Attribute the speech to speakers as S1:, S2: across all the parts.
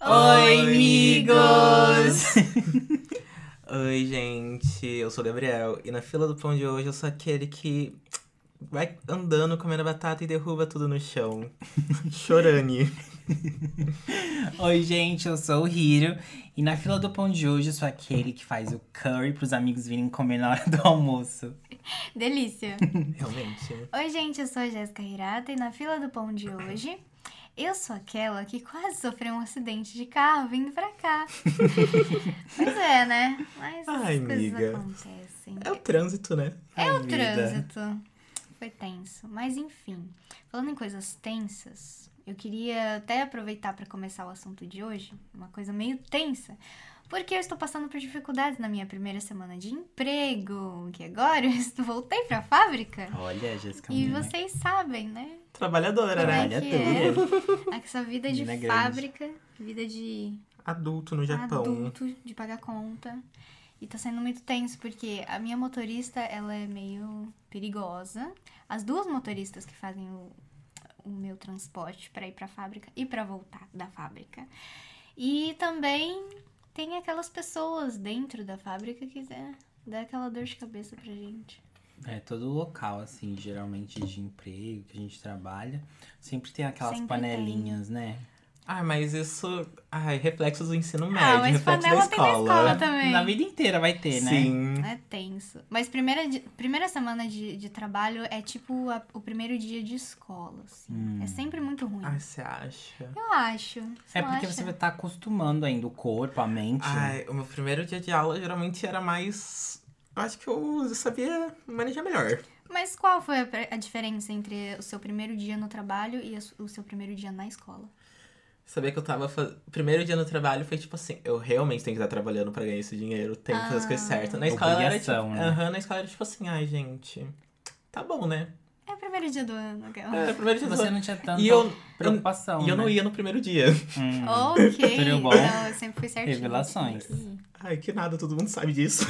S1: Oi, amigos!
S2: Oi, gente, eu sou o Gabriel e na fila do pão de hoje eu sou aquele que vai andando comendo batata e derruba tudo no chão. Chorane.
S1: Oi, gente, eu sou o Hiro. E na fila do pão de hoje, eu sou aquele que faz o curry pros amigos virem comer na hora do almoço.
S3: Delícia!
S2: Realmente.
S3: Oi, gente, eu sou a Jéssica Hirata e na fila do pão de hoje, eu sou aquela que quase sofreu um acidente de carro vindo pra cá. pois é, né? Mas as
S2: Ai,
S3: coisas
S2: amiga.
S3: acontecem.
S2: É o trânsito, né?
S3: É o
S2: vida.
S3: trânsito. Foi tenso. Mas enfim, falando em coisas tensas, eu queria até aproveitar pra começar o assunto de hoje, uma coisa meio tensa. Porque eu estou passando por dificuldades na minha primeira semana de emprego, que agora eu estou- voltei pra fábrica.
S1: Olha, Jéssica.
S3: E
S1: menina.
S3: vocês sabem, né?
S2: Trabalhadora,
S3: Como
S2: né?
S3: é que é?
S1: Trabalhadora.
S3: Essa vida de
S1: Menina grande.
S3: fábrica, vida de
S2: Adulto no Japão.
S3: adulto, de pagar conta. E tá sendo muito tenso, porque a minha motorista, ela é meio perigosa. As duas motoristas que fazem o, o meu transporte pra ir pra fábrica e pra voltar da fábrica. E também tem aquelas pessoas dentro da fábrica que dá, dá aquela dor de cabeça pra gente.
S1: É, todo local, assim, geralmente de emprego que a gente trabalha, sempre tem aquelas
S3: Sempre
S1: panelinhas, né?
S2: Ah, mas isso. Ai, reflexos do ensino médio,
S3: Ah, mas
S2: reflexos da
S3: panela tem na
S2: escola.
S3: escola também.
S1: Na vida inteira vai ter, né?
S2: Sim.
S3: É tenso. Mas primeira, di- primeira semana de, de trabalho é tipo a- o primeiro dia de escola, assim.
S1: Hum.
S3: É sempre muito ruim.
S2: Ai, você acha?
S3: Eu acho. Você
S1: É
S3: não
S1: porque
S3: acha?
S1: você vai estar acostumando ainda o corpo, a mente.
S2: Ai, o meu primeiro dia de aula geralmente era mais. Eu acho que eu sabia manejar melhor.
S3: Mas qual foi a, pre- a diferença entre o seu primeiro dia no trabalho e a su- o seu primeiro dia na escola?
S2: Sabia que eu tava. Faz... Primeiro dia no trabalho foi tipo assim: eu realmente tenho que estar trabalhando pra ganhar esse dinheiro, tenho que fazer as
S3: Ah.
S2: coisas certas. Na escola era tipo.
S1: Obrigação, né?
S2: Aham, na escola era tipo assim: ai, gente, tá bom, né?
S3: É o primeiro dia do ano, aquela.
S2: É, primeiro dia do
S1: Ah, Você
S2: ano.
S1: não tinha tanta
S2: E eu,
S1: preocupação.
S2: e eu não
S1: né?
S2: ia no primeiro dia.
S1: Hum.
S3: Oh, Ok.
S1: Tudo bom?
S3: Não, eu sempre fui certinho.
S1: Revelações.
S2: Ai, que nada, todo mundo sabe disso.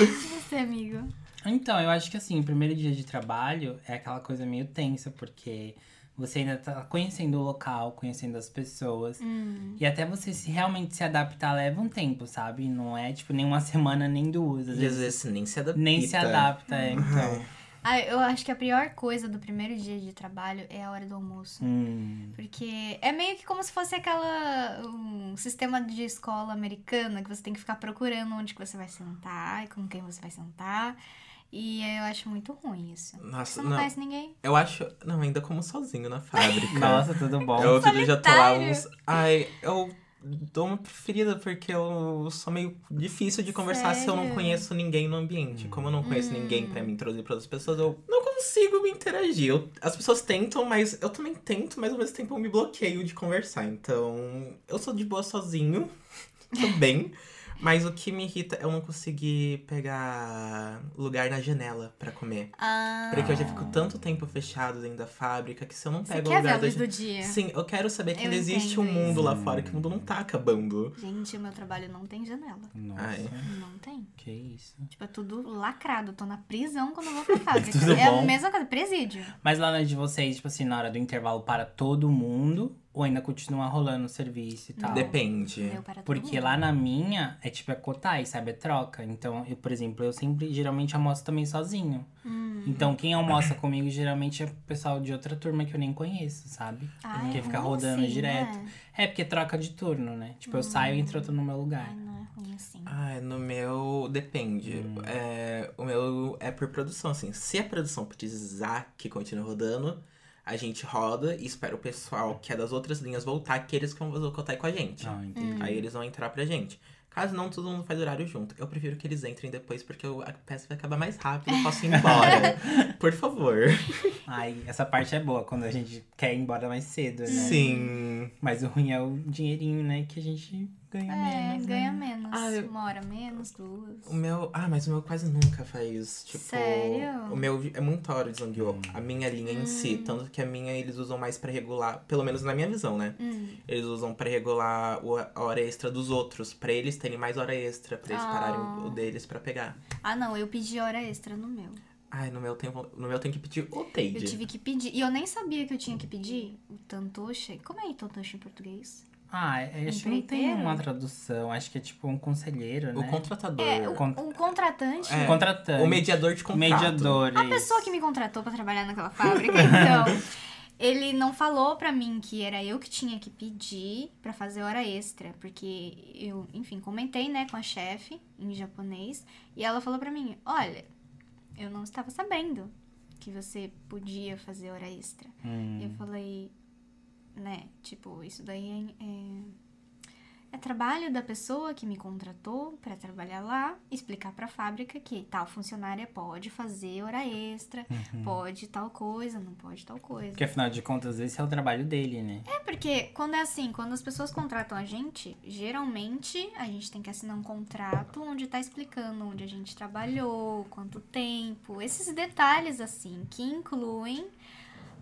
S3: E você, é amigo?
S1: Então, eu acho que assim, o primeiro dia de trabalho é aquela coisa meio tensa, porque você ainda tá conhecendo o local, conhecendo as pessoas.
S3: Hum.
S1: E até você se realmente se adaptar leva um tempo, sabe? Não é tipo nem uma semana, nem duas. Às
S2: E às
S1: vezes
S2: vezes nem se adapta.
S1: nem se adapta, é, então.
S3: Ah, eu acho que a pior coisa do primeiro dia de trabalho é a hora do almoço.
S1: Hum.
S3: Porque é meio que como se fosse aquela um sistema de escola americana que você tem que ficar procurando onde que você vai sentar e com quem você vai sentar. E eu acho muito ruim isso. Você
S2: Nossa,
S3: não,
S2: não.
S3: conhece ninguém?
S2: Eu acho. Não, ainda como sozinho na fábrica.
S1: Nossa, tudo bom.
S2: Eu outro dia já tô lá
S3: Solitário.
S2: uns. Ai, eu dou uma preferida porque eu sou meio difícil de conversar se eu não
S3: Sério?
S2: conheço ninguém no ambiente. Como eu não conheço
S3: Hum.
S2: ninguém pra me introduzir pra outras pessoas, eu não consigo me interagir. Eu- as pessoas tentam, mas eu também tento, mas ao mesmo tempo eu me bloqueio de conversar. Então, eu sou de boa sozinho, tô bem. Mas o que me irrita é eu não conseguir pegar lugar na janela pra comer.
S3: Ah,
S2: Porque eu já fico tanto tempo fechado dentro da fábrica que se eu não
S3: você
S2: pego o
S3: quer ver
S2: lugar
S3: a
S2: da
S3: luz
S2: janela.
S3: do dia?
S2: Sim, eu quero saber que
S3: É. Eu
S2: ainda existe
S3: entendo
S2: um mundo lá
S1: isso.
S2: fora, que o mundo não tá acabando.
S3: Gente, o meu trabalho não tem janela.
S1: Nossa,
S2: Ai.
S3: Não tem.
S1: que isso.
S3: Tipo, é tudo lacrado. Eu tô na prisão quando eu vou pra fábrica.
S1: Tudo
S3: é a
S1: bom?
S3: mesma coisa, presídio.
S1: Mas lá na de vocês, tipo assim, na hora do intervalo para todo mundo, ou ainda continua rolando o serviço e tal?
S3: Não.
S2: Tá. Depende.
S3: Meu, para todo
S1: É, Porque
S3: mundo.
S1: lá na minha é tipo é cotai, sabe? É troca. Então, eu, por exemplo, eu sempre geralmente almoço também sozinho.
S3: Hum.
S1: Então, quem almoça comigo geralmente é o pessoal de outra turma que eu nem conheço, sabe?
S3: Ah,
S1: porque
S3: é
S1: fica
S3: ruim
S1: rodando
S3: assim,
S1: direto.
S3: Né?
S1: É porque troca de turno, né? Tipo, eu saio e entro outro no meu lugar.
S3: Ai, não é ruim assim.
S1: Ah,
S2: Ai, no meu, depende. É, o meu é por produção, assim. Se a produção precisar que continue rodando, a gente roda e espera o pessoal que é das outras linhas voltar, que eles que vão fazer o contato com a gente.
S1: Ah,
S3: Hum.
S1: entendi.
S2: Aí eles vão entrar pra gente. Caso não, todo mundo faz horário junto. Eu prefiro que eles entrem depois, porque eu- a peça vai acabar mais rápido e eu posso ir embora. por favor.
S1: Ai, essa parte é boa, quando a gente quer ir embora mais cedo, né?
S2: É. Sim.
S1: Mas o ruim é o dinheirinho, né? Que a gente ganha
S3: É,
S1: menos. né? Um
S3: ganha menos.
S2: Ah, eu-
S3: Uma hora menos, duas.
S2: O meu. Ah, mas o meu quase nunca faz. Tipo.
S3: Sério? Hum.
S2: O meu é muito hora de Zangyo.
S1: Hum.
S2: A minha linha em si. Tanto que a minha eles usam mais pra regular. Pelo menos na minha visão, né?
S3: Hum.
S2: Eles usam pra regular o- a hora extra dos outros. Pra eles terem mais hora extra. Pra eles
S3: Ah.
S2: pararem o deles pra pegar.
S3: Ah, não, eu pedi hora extra no meu.
S2: Ai, no meu tempo, no meu eu tenho que pedir o Teide.
S3: Eu tive que pedir. E eu nem sabia que eu tinha que pedir o tantoshi. Como é tantoshi em português?
S1: Ah, eu acho que não tem
S3: Empreiteiro?
S1: uma tradução. Acho que é tipo um conselheiro,
S2: O
S1: né?
S2: contratador.
S3: É, o,
S1: Cont-
S3: o contratante.
S2: É.
S1: Contratante.
S2: O mediador de contrato.
S1: Mediador.
S3: A pessoa que me contratou pra trabalhar naquela fábrica, então. Ele não falou pra mim que era eu que tinha que pedir pra fazer hora extra, porque eu, enfim, comentei, né, com a chefe em japonês, e ela falou pra mim: "Olha, eu não estava sabendo que você podia fazer hora extra".
S1: Hum.
S3: E eu falei, né, tipo, isso daí é, é, é trabalho da pessoa que me contratou pra trabalhar lá, explicar pra fábrica que tal funcionária pode fazer hora extra, pode tal coisa, não pode tal coisa.
S1: Porque afinal de contas, esse é o trabalho dele, né?
S3: É porque quando é assim, quando as pessoas contratam a gente, geralmente a gente tem que assinar um contrato onde tá explicando onde a gente trabalhou, quanto tempo, esses detalhes assim, que incluem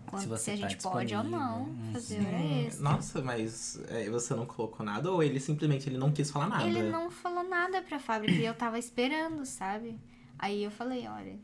S3: quando- se,
S1: você
S3: a
S1: tá
S3: gente pode ou
S1: disponível,
S3: não
S1: uhum.
S3: fazer hora
S2: Hum,
S3: extra.
S2: Nossa, mas é, você não colocou nada ou ele simplesmente ele não quis falar nada?
S3: Ele não falou nada pra fábrica e eu tava esperando, sabe? Aí eu falei, olha,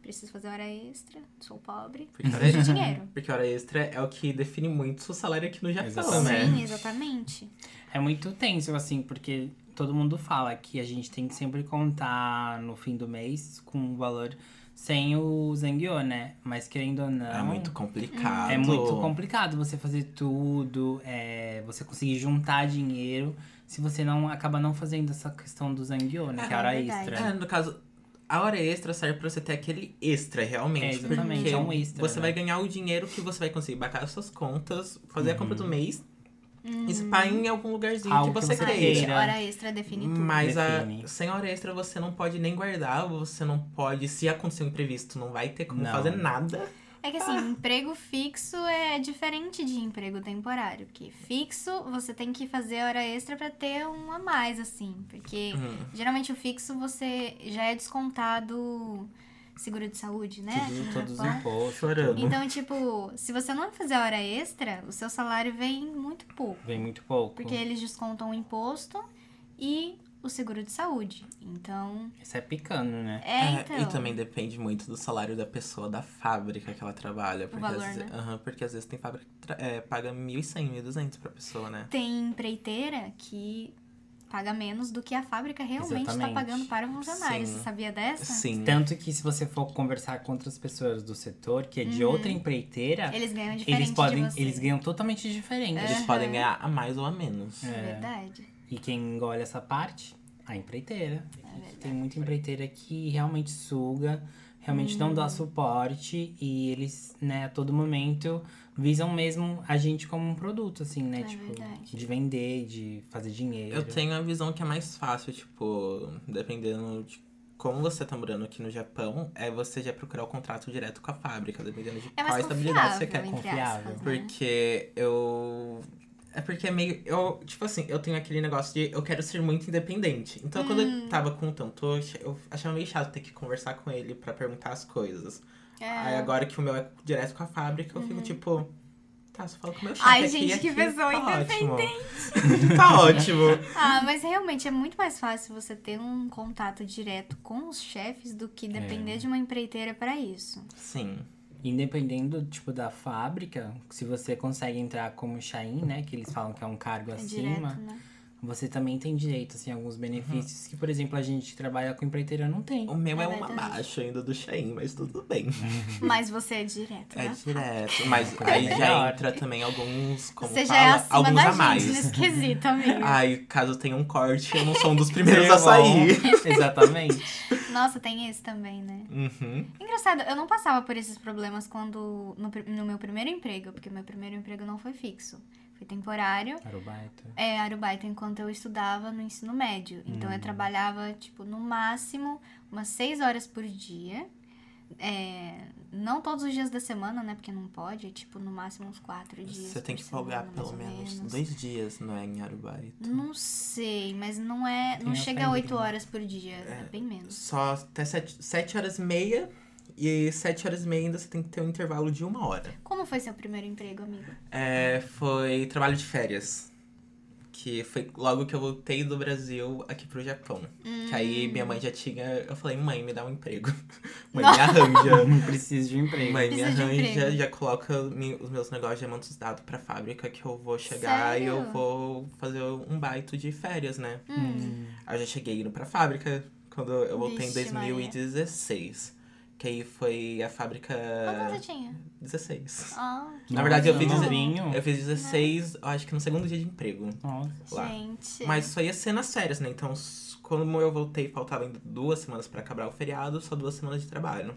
S3: preciso fazer hora extra, sou pobre,
S2: Porque hora,
S3: preciso de dinheiro.
S2: porque hora extra é o que define muito o salário aqui no Japão, né?
S1: Exatamente.
S3: Sim, exatamente.
S1: É muito tenso, assim, porque todo mundo fala que a gente tem que sempre contar no fim do mês com o valor sem o Zangyo, né? Mas querendo ou não.
S2: É muito complicado.
S1: É muito complicado você fazer tudo, é, você conseguir juntar dinheiro, se você não acaba não fazendo essa questão do Zangyo, né?
S3: Ah,
S1: que é hora
S3: é verdade.
S1: extra.
S2: É, no caso, a hora extra serve pra você ter aquele extra, realmente.
S1: É, exatamente,
S2: porque
S1: é um extra,
S2: Você
S1: né?
S2: vai ganhar o dinheiro que você vai conseguir bacar as suas contas, fazer a compra do mês e se pá em algum lugarzinho
S1: Algo
S2: que
S1: que é
S2: você
S1: você
S2: queira.
S1: queira.
S3: Hora extra Uhum. é define tudo.
S2: Mas a,
S1: Define.
S2: sem hora extra você não pode nem guardar, você não pode. Se acontecer um imprevisto, não vai ter como
S1: Não.
S2: fazer nada.
S3: É que assim, emprego fixo é diferente de emprego temporário, porque fixo você tem que fazer hora extra pra ter um a mais, assim, porque
S2: Uhum.
S3: geralmente o fixo você já é descontado seguro de saúde, né?
S1: Tudo,
S3: aqui no
S1: todos os
S3: Japão.
S1: impostos.
S2: Chorando.
S1: tudo.
S3: Então, tipo, se você não fizer hora extra, o seu salário vem muito pouco.
S1: Vem muito pouco.
S3: Porque eles descontam o imposto e o seguro de saúde. Então.
S1: Isso é picando, né?
S3: É,
S2: É,
S3: então.
S2: E também depende muito do salário da pessoa, da fábrica que ela trabalha. Porque,
S3: valor, né?
S2: às, vezes, aham, porque às vezes tem fábrica que tra- é, paga 1.100, 1.200 pra pessoa, né?
S3: Tem empreiteira que paga menos do que a fábrica realmente está
S1: Exatamente.
S3: pagando para o funcionário.
S2: Sim.
S3: Você sabia dessa?
S2: Sim.
S1: Tanto que se você for conversar com outras pessoas do setor, que é de outra empreiteira,
S3: Eles ganham Uhum. É diferente
S1: eles podem.
S3: de você. É.
S1: Eles ganham totalmente diferente.
S2: Eles
S3: Aham.
S2: podem ganhar a mais ou a menos.
S3: É verdade.
S1: E quem engole essa parte? A empreiteira.
S3: É
S1: Tem muita empreiteira que realmente suga, realmente não
S3: Uhum.
S1: dá suporte e eles, né, a todo momento visam mesmo a gente como um produto, assim, né?
S3: É
S1: tipo,
S3: verdade.
S1: de vender, de fazer dinheiro.
S2: Eu tenho a visão que é mais fácil, tipo, dependendo de como você tá morando aqui no Japão, é você já procurar o contrato direto com a fábrica, dependendo de
S3: É
S2: qual
S3: mais
S2: estabilidade
S3: confiável,
S2: você quer.
S3: entre
S1: confiável.
S3: aspas, né?
S2: Porque eu. É porque é meio. Eu, tipo assim, eu tenho aquele negócio de eu quero ser muito independente. Então quando
S3: Hum.
S2: eu tava com o Tantoshi, eu achava meio chato ter que conversar com ele pra perguntar as coisas.
S3: É. Uhum.
S2: Aí agora que o meu é direto com a fábrica, eu fico tipo. Tá, só fala com o meu chefe.
S3: Ai,
S2: aqui,
S3: gente, que
S2: aqui,
S3: pessoa
S2: tá Ótimo. tá ótimo.
S3: Ah, mas realmente é muito mais fácil você ter um contato direto com os chefes do que depender
S2: É.
S3: de uma empreiteira para isso.
S2: Sim.
S1: Independendo, tipo, da fábrica, se você consegue entrar como Shain, né? Que eles falam que é um cargo
S3: É
S1: acima.
S3: direto, Uhum. né?
S1: Você também tem direito, assim, a alguns benefícios que, por exemplo, a gente que trabalha com empreiteira não tem.
S2: O meu é,
S3: É
S2: um
S3: verdade.
S2: abaixo ainda do Shein, mas tudo bem.
S3: Mas você é direto,
S2: É
S3: né?
S2: direto. Mas aí já
S1: melhor.
S2: entra também alguns, como
S3: É Você já é
S2: fala,
S3: acima
S2: alguns
S3: da
S2: a
S3: gente, nesse
S2: mais.
S3: quesito, amigo.
S2: Ai, caso tenha um corte, eu não sou um dos primeiros a
S1: Meu
S2: sair.
S1: irmão, é Exatamente.
S2: Ah.
S3: Nossa, tem esse também, né?
S2: Uhum.
S3: Engraçado, eu não passava por esses problemas quando no, pr- no meu primeiro emprego, porque meu primeiro emprego não foi fixo, foi temporário.
S1: Arubaito.
S3: É, arubaito enquanto eu estudava no ensino médio. Então
S2: Uhum.
S3: eu trabalhava, tipo, no máximo umas seis horas por dia. É, não todos os dias da semana, né? Porque não pode, é tipo, no máximo uns quatro dias.
S2: Você tem
S3: por
S2: que folgar
S3: semana, mais
S2: pelo
S3: ou
S2: menos dois dias, não é, em Arubaito?
S3: Não sei, mas não é. Não
S1: Tem a
S3: chega a oito
S1: família.
S3: horas por dia, é bem menos.
S2: Só até sete, sete horas e meia. E sete horas e meia ainda você tem que ter um intervalo de uma hora.
S3: Como foi seu primeiro emprego, amigo?
S2: É, foi trabalho de férias. que foi logo que eu voltei do Brasil aqui pro Japão. Que aí minha mãe já tinha. Eu falei, mãe, me dá um emprego. mãe, me arranja.
S1: Eu preciso de um emprego.
S2: Mãe, me
S3: Precisa de
S2: arranja,
S3: emprego.
S2: já coloca mi- os meus negócios, já manda os dados pra fábrica que eu vou chegar e eu
S3: Sério?
S2: vou fazer um baito de férias, né?
S3: Hum.
S2: Aí eu já cheguei indo pra fábrica quando eu voltei em
S3: Vixe, Maria.
S2: 2016. Que aí foi a fábrica
S3: Quanto
S2: É.
S3: você tinha?
S2: 16.
S3: Ah,
S2: Na verdade, eu fiz,
S1: um
S3: Novinho.
S2: eu fiz 16, eu acho que no segundo dia de emprego.
S1: Nossa.
S2: Lá.
S3: gente.
S2: Mas só ia ser nas férias, né? Então, s- como eu voltei, faltava ainda duas semanas pra acabar o feriado, só duas semanas de trabalho.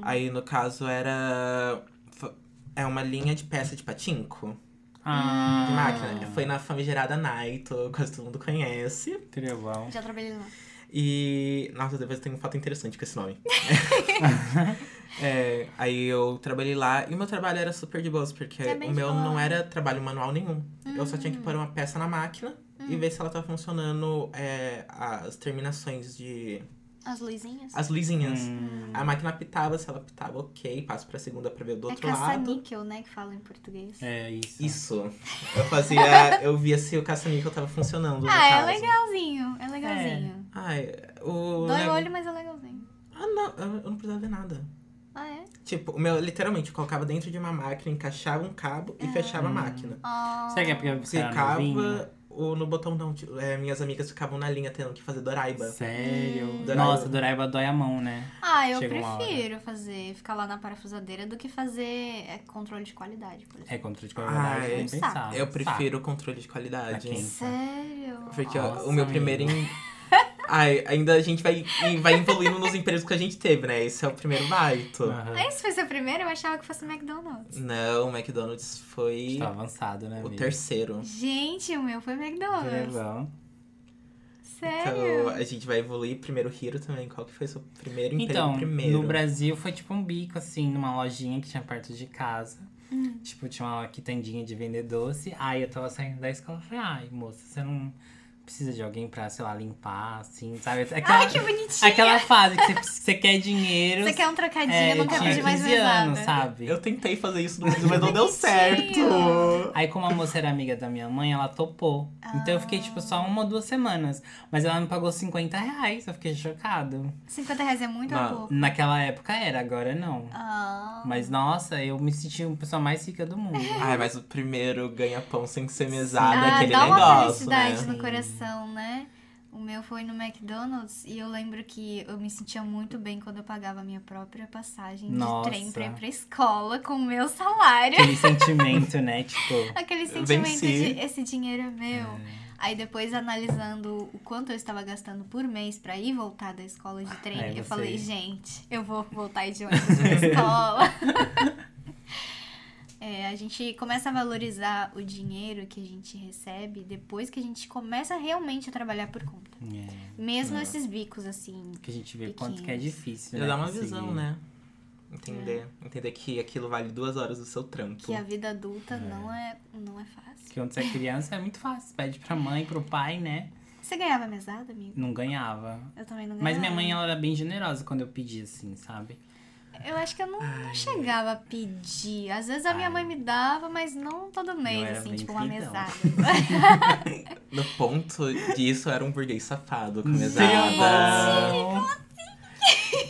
S2: Aí, no caso, era. f- É uma linha de peça de patinco, de
S1: Ah,
S2: máquina. Foi na famigerada Naito, quase todo mundo conhece.
S1: Trevão.
S3: Já trabalhei lá.
S2: E. Nossa, depois tem um fato interessante com esse nome. É, aí eu trabalhei lá e o meu trabalho era super de boas, porque
S3: É bem
S2: o meu
S3: de boa. Hum.
S2: não era trabalho manual nenhum. Eu só tinha que pôr uma peça na máquina e ver se ela tava funcionando é, as terminações de.
S3: As luzinhas.
S2: as
S1: Hum.
S2: luzinhas. A máquina pitava, se ela pitava, ok, passo pra segunda pra ver do
S3: é
S2: outro lado.
S3: caça-níquel, né? Que fala em português.
S1: É isso.
S2: Isso. Eu fazia. eu via se o caça-níquel tava funcionando. no
S3: Ah, é
S2: caso.
S3: legalzinho. É legalzinho.
S2: Ai, assim. o.
S3: Dói
S2: nego-
S3: o olho, mas é legalzinho.
S2: Ah, não, eu eu não precisava ver nada.
S3: Ah, é?
S2: Tipo, o meu, literalmente, eu colocava dentro de uma máquina, encaixava um cabo e fechava a máquina.
S3: Ah,
S1: Será que é porque você era novinho?
S2: Ficava o, no botão não. tipo, é, minhas amigas ficavam na linha tendo que fazer Doraiba.
S1: Sério?
S2: Doraiba.
S1: Nossa, Doraiba dói a mão, né?
S3: ah eu
S1: Chega uma hora.
S3: prefiro fazer, ficar lá na parafusadeira do que fazer é, controle de qualidade, por exemplo.
S1: É contra de
S2: Ai,
S1: qualidade,
S2: é
S1: nem
S2: um
S1: pensar.
S2: eu prefiro o controle de qualidade.
S1: Ah, tá. Pra quem?
S3: Sério?
S2: Porque ó,
S1: Nossa,
S2: o meu
S1: amigo.
S2: primeiro. em- Ai, ainda a gente vai, e vai evoluindo nos empregos que a gente teve, né? Esse é o primeiro baito.
S1: Aham.
S3: Ah, Esse foi seu primeiro? Eu achava que fosse McDonald's.
S2: Não, o McDonald's foi
S1: Tá avançado, né?
S2: o
S1: amiga?
S2: terceiro.
S3: Gente, o meu foi McDonald's.
S1: Trevão.
S2: Então
S3: Sério?
S2: a gente vai evoluir. Primeiro Hiro também. Qual que foi seu primeiro emprego?
S1: Então,
S2: primeiro.
S1: no Brasil foi tipo um bico, assim, numa lojinha que tinha perto de casa.
S3: Hum.
S1: Tipo, tinha uma quitandinha de vender doce. Aí eu tava saindo da escola e falei, ai, moça, você não precisa de alguém pra, sei lá, limpar, assim, sabe? Aquela,
S3: Ai, que bonitinho.
S1: aquela fase que você, você quer dinheiro.
S3: Você quer um trocadinho,
S1: é,
S3: não
S1: eu
S3: quer
S1: tinha
S3: pedir mais
S1: 15 anos,
S3: mesada.
S1: sabe?
S2: Eu tentei fazer isso no Brasil, mas não deu
S3: Bonitinho.
S2: certo.
S1: Aí, como a moça era amiga da minha mãe, ela topou. Então eu fiquei, tipo, só uma ou duas semanas. Mas ela me pagou 50 reais, eu fiquei chocado.
S3: 50 reais é muito
S2: Não.
S3: ou pouco?
S1: Naquela época era, agora não.
S3: Ah,
S1: Mas nossa, eu me senti a pessoa mais rica do mundo.
S2: Ai, mas o primeiro ganha-pão sem ser mesada, é
S3: Ah,
S2: aquele
S3: dá uma
S2: negócio,
S3: felicidade
S2: né?
S3: no coração, né? O meu foi no McDonald's e eu lembro que eu me sentia muito bem quando eu pagava a minha própria passagem
S1: Nossa.
S3: de trem pra ir pra escola com o meu salário.
S1: Aquele sentimento, né? Tipo,
S3: Aquele sentimento
S2: Venci.
S3: de esse dinheiro é meu. Aí depois, analisando o quanto eu estava gastando por mês pra ir voltar da escola de trem,
S1: É,
S3: eu
S1: você-
S3: falei, gente, eu vou voltar de ônibus pra escola. É, a gente começa a valorizar o dinheiro que a gente recebe depois que a gente começa realmente a trabalhar por conta.
S1: é,
S3: Mesmo esses bicos, assim.
S1: que a gente vê quanto que é
S3: Pequenos.
S1: difícil,
S2: Já
S1: né?
S2: dá uma
S1: conseguir.
S2: visão, né? Entender. Entender que aquilo vale duas horas do seu trampo.
S3: Que a vida adulta não, é, não é fácil.
S1: Porque quando você é criança é muito fácil. Pede pra mãe, pro pai, né?
S3: Você ganhava mesada, amigo?
S1: Não ganhava.
S3: Eu também não ganhava.
S1: Mas minha mãe, ela era bem generosa quando eu pedi, assim, sabe?
S3: Eu acho que eu não, não chegava a pedir. Às vezes a minha mãe me dava, mas não todo mês,
S1: era
S3: assim,
S1: bem
S3: tipo uma
S1: filhão.
S3: mesada.
S2: No ponto disso, eu era um burguês safado com mesada.
S1: Trevão.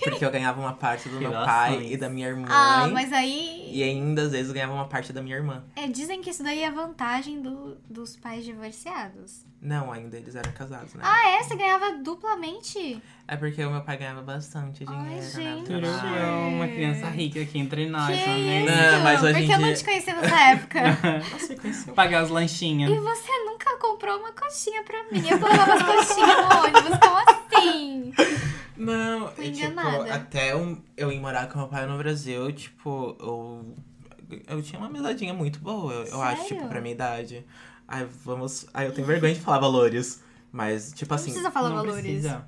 S2: Porque eu ganhava uma parte do meu
S1: Relações.
S2: pai e da minha irmã.
S3: ah, mas aí.
S2: E ainda, às vezes, eu ganhava uma parte da minha irmã.
S3: é, dizem que isso daí é vantagem do, dos pais divorciados.
S2: Não, ainda eles eram casados, né?
S3: Ah, é? Você ganhava duplamente?
S2: É porque o meu pai ganhava bastante dinheiro,
S3: Ai,
S2: né?
S3: gente.
S2: do trabalho.
S1: Trevão, Ah, uma criança rica aqui entre nós,
S3: que
S1: né?
S3: isso?
S2: Não, mas hoje
S3: Porque
S2: em
S3: eu não
S2: dia-
S3: te conhecia nessa época.
S2: Você conheceu?
S1: Pagar os lanchinhos.
S3: e você nunca comprou uma coxinha pra mim. Eu colocava as coxinhas no ônibus, como assim?
S2: Não,
S3: Fui
S2: é, tipo,
S3: enganada.
S2: até eu, eu ir morar com meu pai no Brasil, tipo, eu, eu tinha uma mesadinha muito boa, eu, eu acho,
S3: Sério? Hum.
S2: tipo, pra minha idade. Ai, vamos. Ai, eu tenho vergonha de falar valores. Mas, tipo
S3: Não
S2: assim.
S3: precisa falar
S1: Não
S3: valores.
S1: precisa.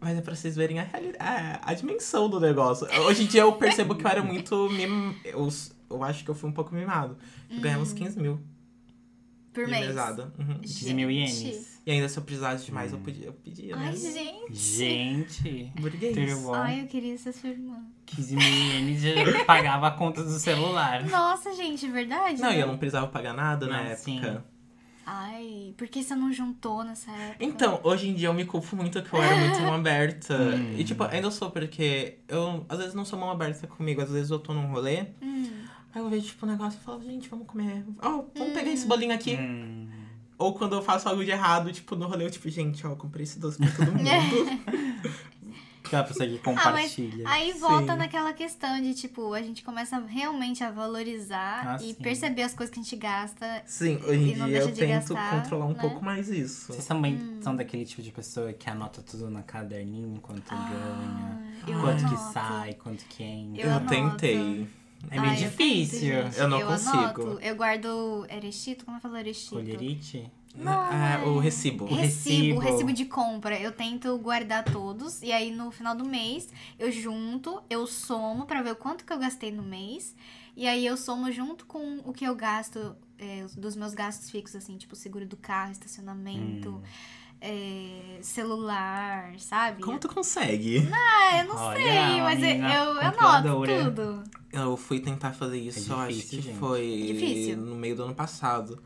S2: Mas é pra vocês verem a, reali- é, a, a dimensão do negócio. Hoje em dia eu percebo que eu era muito. Mim... Eu, s- eu acho que eu fui um pouco mimado. Eu ganhava uns 15 mil
S3: Hum. Por
S2: de
S3: mês.
S2: mesada. Uhum.
S1: 15 mil
S3: Gente.
S1: ienes.
S2: E ainda se eu precisasse de mais, eu podia, eu pedia, né?
S3: Ai, gente.
S1: Gente.
S2: Burguês.
S1: Trevão.
S3: Ai, eu queria ser sua irmã.
S1: 15 mil ienes já pagava a conta do celular.
S3: Nossa, gente, verdade?
S2: Não, e
S3: né?
S2: eu não precisava pagar nada na
S1: Não,
S2: época.
S1: sim.
S3: Ai, por que você não juntou nessa época?
S2: Então, hoje em dia eu me culpo muito que eu era muito mão aberta. E, tipo, ainda sou, porque eu às vezes não sou mão aberta comigo, às vezes eu tô num rolê.
S3: Hum.
S2: Aí eu vejo, tipo, um negócio e falo, gente, vamos comer. Ó, vamos pegar esse bolinho aqui.
S1: Hum.
S2: Ou quando eu faço algo de errado, tipo, no rolê, eu, tipo, gente, ó, eu comprei esse doce pra todo mundo.
S3: É.
S1: Aquela pessoa que
S3: Ah, mas
S1: compartilha.
S3: aí volta
S2: Sim.
S3: naquela questão de, tipo, a gente começa realmente a valorizar
S1: Ah,
S3: e
S1: sim.
S3: perceber as coisas que a gente gasta.
S2: Sim, hoje
S3: E
S2: em
S3: não
S2: dia eu
S3: deixa de
S2: tento
S3: gastar,
S2: controlar um
S3: né?
S2: pouco mais isso.
S1: Vocês também
S3: hum.
S1: são daquele tipo de pessoa que anota tudo no caderninho, quanto ganha,
S3: Ah, eu
S1: quanto que
S3: anoto.
S1: sai, quanto que entra.
S3: Eu anoto.
S2: tentei.
S1: É
S3: Ai,
S1: meio
S3: eu
S1: difícil.
S3: tento, gente.
S2: Eu não
S3: anoto,
S2: consigo.
S3: eu guardo erechito, como eu falo erechito?
S1: Colherite?
S2: Na- ah, o recibo.
S1: Re-
S3: Recibo,
S1: Recibo.
S3: recibo de compra. Eu tento guardar todos e aí no final do mês eu junto, eu somo pra ver o quanto que eu gastei no mês e aí eu somo junto com o que eu gasto é, os- dos meus gastos fixos assim, tipo seguro do carro, estacionamento,
S1: Hum.
S3: é, celular, sabe?
S2: Como tu consegue?
S3: Ah, eu não
S1: Olha,
S3: sei, mas eu,
S1: menina
S3: eu, eu anoto
S1: calculadora.
S3: tudo.
S2: Eu fui tentar fazer isso, eu acho
S1: É difícil,
S2: que
S1: gente.
S2: foi
S3: É Difícil.
S2: no meio do ano passado.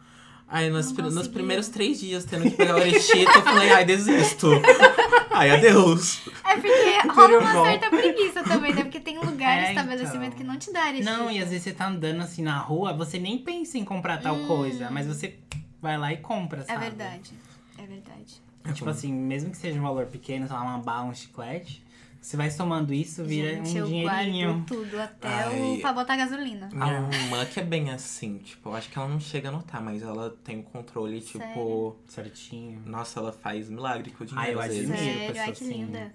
S2: Aí nos,
S3: Não
S2: pri- nos
S3: conseguiu.
S2: primeiros três dias, tendo que pegar o Orechita, eu falei, ai, desisto. ai, adeus.
S3: É porque rola uma
S2: bom.
S3: certa preguiça também, né? Porque tem lugar,
S1: É,
S3: estabelecimento
S1: então.
S3: que não te dá erechito.
S1: Não, e às vezes você tá andando assim na rua, você nem pensa em comprar tal coisa, mas você vai lá e compra,
S3: Hum. É
S1: sabe?
S3: verdade, é verdade.
S1: Tipo assim, mesmo que seja um valor pequeno, sei lá, uma bala, um chiclete, você vai somando isso, vira
S3: Gente,
S1: um
S3: eu guardo
S1: dinheirinho.
S3: tudo, até
S2: Ai.
S3: o pra botar gasolina.
S2: Minha irmã que é bem assim, tipo, eu acho que ela não chega a notar, mas ela tem o controle, tipo,
S3: Sério?
S1: Certinho.
S2: nossa, ela faz milagre com o
S1: Ai,
S2: dinheiro
S1: eu
S2: às vezes.
S1: admiro.
S3: Sério,
S1: pessoa
S3: ai que
S1: assim.
S3: linda.